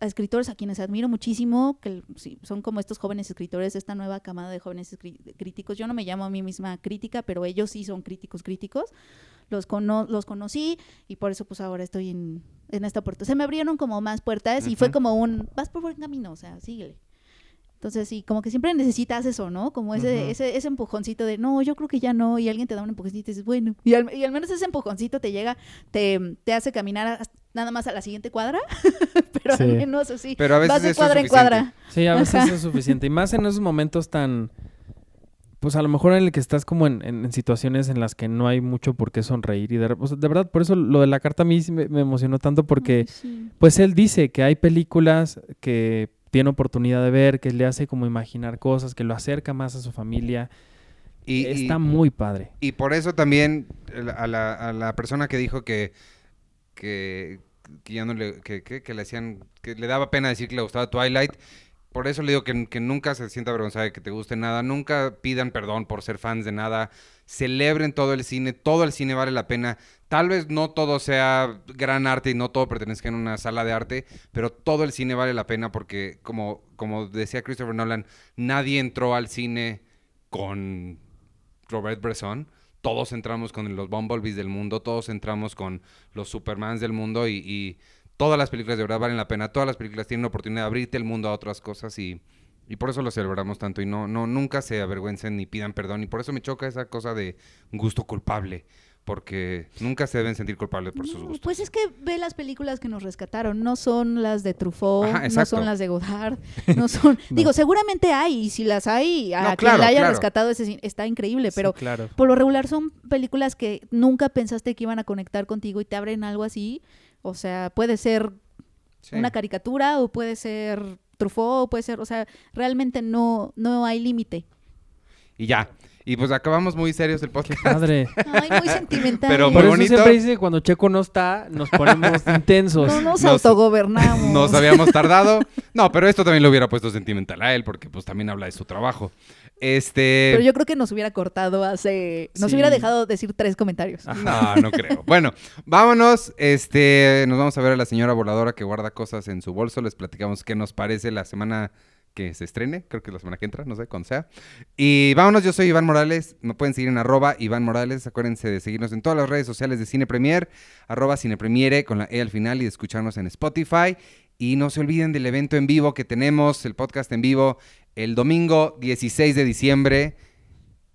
Speaker 3: a escritores a quienes admiro muchísimo, que l- sí, son como estos jóvenes escritores, esta nueva camada de jóvenes escri- críticos. Yo no me llamo a mí misma crítica, pero ellos sí son críticos críticos. Los, cono- los conocí y por eso pues ahora estoy en, en esta puerta. Se me abrieron como más puertas y fue
Speaker 1: Ujú.
Speaker 3: como un, vas por buen camino, o sea, síguele. Entonces, sí, como que siempre necesitas eso, ¿no? Como ese,
Speaker 2: Ujú.
Speaker 3: ese, ese empujoncito de, no, yo creo que ya no, y alguien te da un empujoncito y dices, bueno, y al, y al menos ese empujoncito te llega, te, te hace caminar hasta- nada más a la siguiente cuadra, pero
Speaker 2: Sí.
Speaker 3: al menos así,
Speaker 1: Pero a veces
Speaker 3: vas de
Speaker 1: eso es
Speaker 3: cuadra en
Speaker 1: suficiente.
Speaker 3: cuadra.
Speaker 2: Sí, a veces
Speaker 3: Ajá.
Speaker 2: es suficiente. Y más en esos momentos tan... Pues a lo mejor en el que estás como en, en- en situaciones en las que no hay mucho por qué sonreír. Y de, o sea, de verdad, por eso lo de la carta a mí sí me, me emocionó tanto porque...
Speaker 3: Ay, sí.
Speaker 2: Pues él dice que hay películas que tiene oportunidad de ver, que le hace como imaginar cosas, que lo acerca más a su familia.
Speaker 1: Y, y-
Speaker 2: Está muy padre.
Speaker 1: y por eso también el- a la, a la persona que dijo que, que, que ya no le, que, que- que le hacían, que le daba pena decir que le gustaba Twilight, por eso le digo que, que nunca se sienta avergonzada de que te guste nada, nunca pidan perdón por ser fans de nada, celebren todo el cine, todo el cine vale la pena. Tal vez no todo sea gran arte y no todo pertenezca en una sala de arte, pero todo el cine vale la pena porque, como, como decía Christopher Nolan, nadie entró al cine con Robert Bresson. Todos entramos con los Bumblebees del mundo, todos entramos con los Supermans del mundo y, y todas las películas de verdad valen la pena. Todas las películas tienen la oportunidad de abrirte el mundo a otras cosas y, y por eso lo celebramos tanto. Y no, no, nunca se avergüencen ni pidan perdón. Y por eso me choca esa cosa de gusto culpable, porque nunca se deben sentir culpables por sus
Speaker 3: No,
Speaker 1: gustos.
Speaker 3: Pues es que ve las películas que nos rescataron, no son las de Truffaut,
Speaker 1: Ajá,
Speaker 3: no
Speaker 1: exacto.
Speaker 3: son las de Godard, no son... Digo, seguramente hay, y si las hay, a
Speaker 1: No,
Speaker 3: quien
Speaker 1: claro,
Speaker 3: la haya
Speaker 1: claro.
Speaker 3: rescatado ese cin- está increíble, pero
Speaker 2: Sí, claro.
Speaker 3: por lo regular son películas que nunca pensaste que iban a conectar contigo y te abren algo así. O sea, puede ser
Speaker 1: Sí.
Speaker 3: una caricatura o puede ser Truffaut o puede ser, o sea, realmente no, no hay límite.
Speaker 1: Y ya. Y pues acabamos muy serios el
Speaker 2: Qué
Speaker 1: podcast.
Speaker 2: padre.
Speaker 3: Ay, muy sentimental.
Speaker 1: Pero
Speaker 2: Por
Speaker 1: muy
Speaker 2: eso
Speaker 1: bonito.
Speaker 2: siempre dice que cuando Checo no está, nos ponemos intensos.
Speaker 3: No nos,
Speaker 1: Nos-
Speaker 3: autogobernamos.
Speaker 1: Nos habíamos tardado. No, pero esto también lo hubiera puesto sentimental a él, porque pues también habla de su trabajo. Este.
Speaker 3: Pero yo creo que nos hubiera cortado hace. Nos
Speaker 2: Sí.
Speaker 3: hubiera dejado decir tres comentarios.
Speaker 1: No, no creo. Bueno, vámonos. Este, nos vamos a ver a la señora voladora que guarda cosas en su bolso. Les platicamos qué nos parece la semana que se estrene. Creo que es la semana que entra, no sé, cuando sea. Y vámonos, yo soy Iván Morales. Me pueden seguir en arroba Iván Morales. Acuérdense de seguirnos en todas las redes sociales de Cine Premier, arroba Cine Premiere con la E al final y de escucharnos en Spotify. Y no se olviden del evento en vivo que tenemos, el podcast en vivo, el domingo 16 de diciembre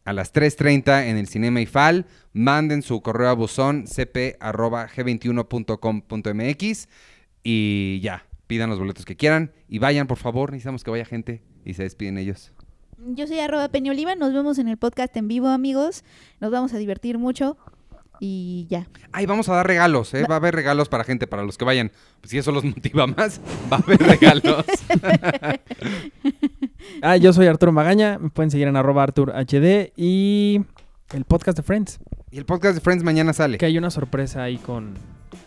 Speaker 1: a las 3.30 en el Cinema IFAL. Manden su correo a buzón cp.g21.com.mx y ya, pidan los boletos que quieran y vayan, por favor. Necesitamos que vaya gente y se despiden ellos.
Speaker 3: Yo soy arroba Peñoliva. Nos vemos en el podcast en vivo, amigos. Nos vamos a divertir mucho. Y ya.
Speaker 1: Ay, vamos a dar regalos, ¿eh? Va a haber regalos para gente, para los que vayan. Si eso los motiva más, va a haber regalos.
Speaker 2: Ah, yo soy Arturo Magaña. Me pueden seguir en arroba Artur HD y el podcast de Friends.
Speaker 1: y el podcast de Friends mañana sale.
Speaker 2: Que hay una sorpresa ahí con,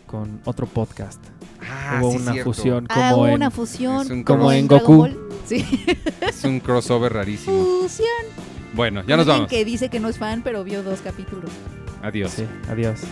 Speaker 2: con otro podcast.
Speaker 1: Ah,
Speaker 2: Hubo
Speaker 1: sí,
Speaker 2: una
Speaker 1: cierto.
Speaker 2: fusión como
Speaker 3: Hago
Speaker 2: en...
Speaker 3: una fusión.
Speaker 1: es un
Speaker 2: como en
Speaker 3: Dragon
Speaker 2: Goku.
Speaker 3: Ball. Sí.
Speaker 1: Es un crossover rarísimo.
Speaker 3: Fusión.
Speaker 1: Bueno, ya nos
Speaker 3: Alguien
Speaker 1: vamos.
Speaker 3: que dice que no es fan, pero vio dos capítulos.
Speaker 1: Adiós.
Speaker 2: Sí, adiós.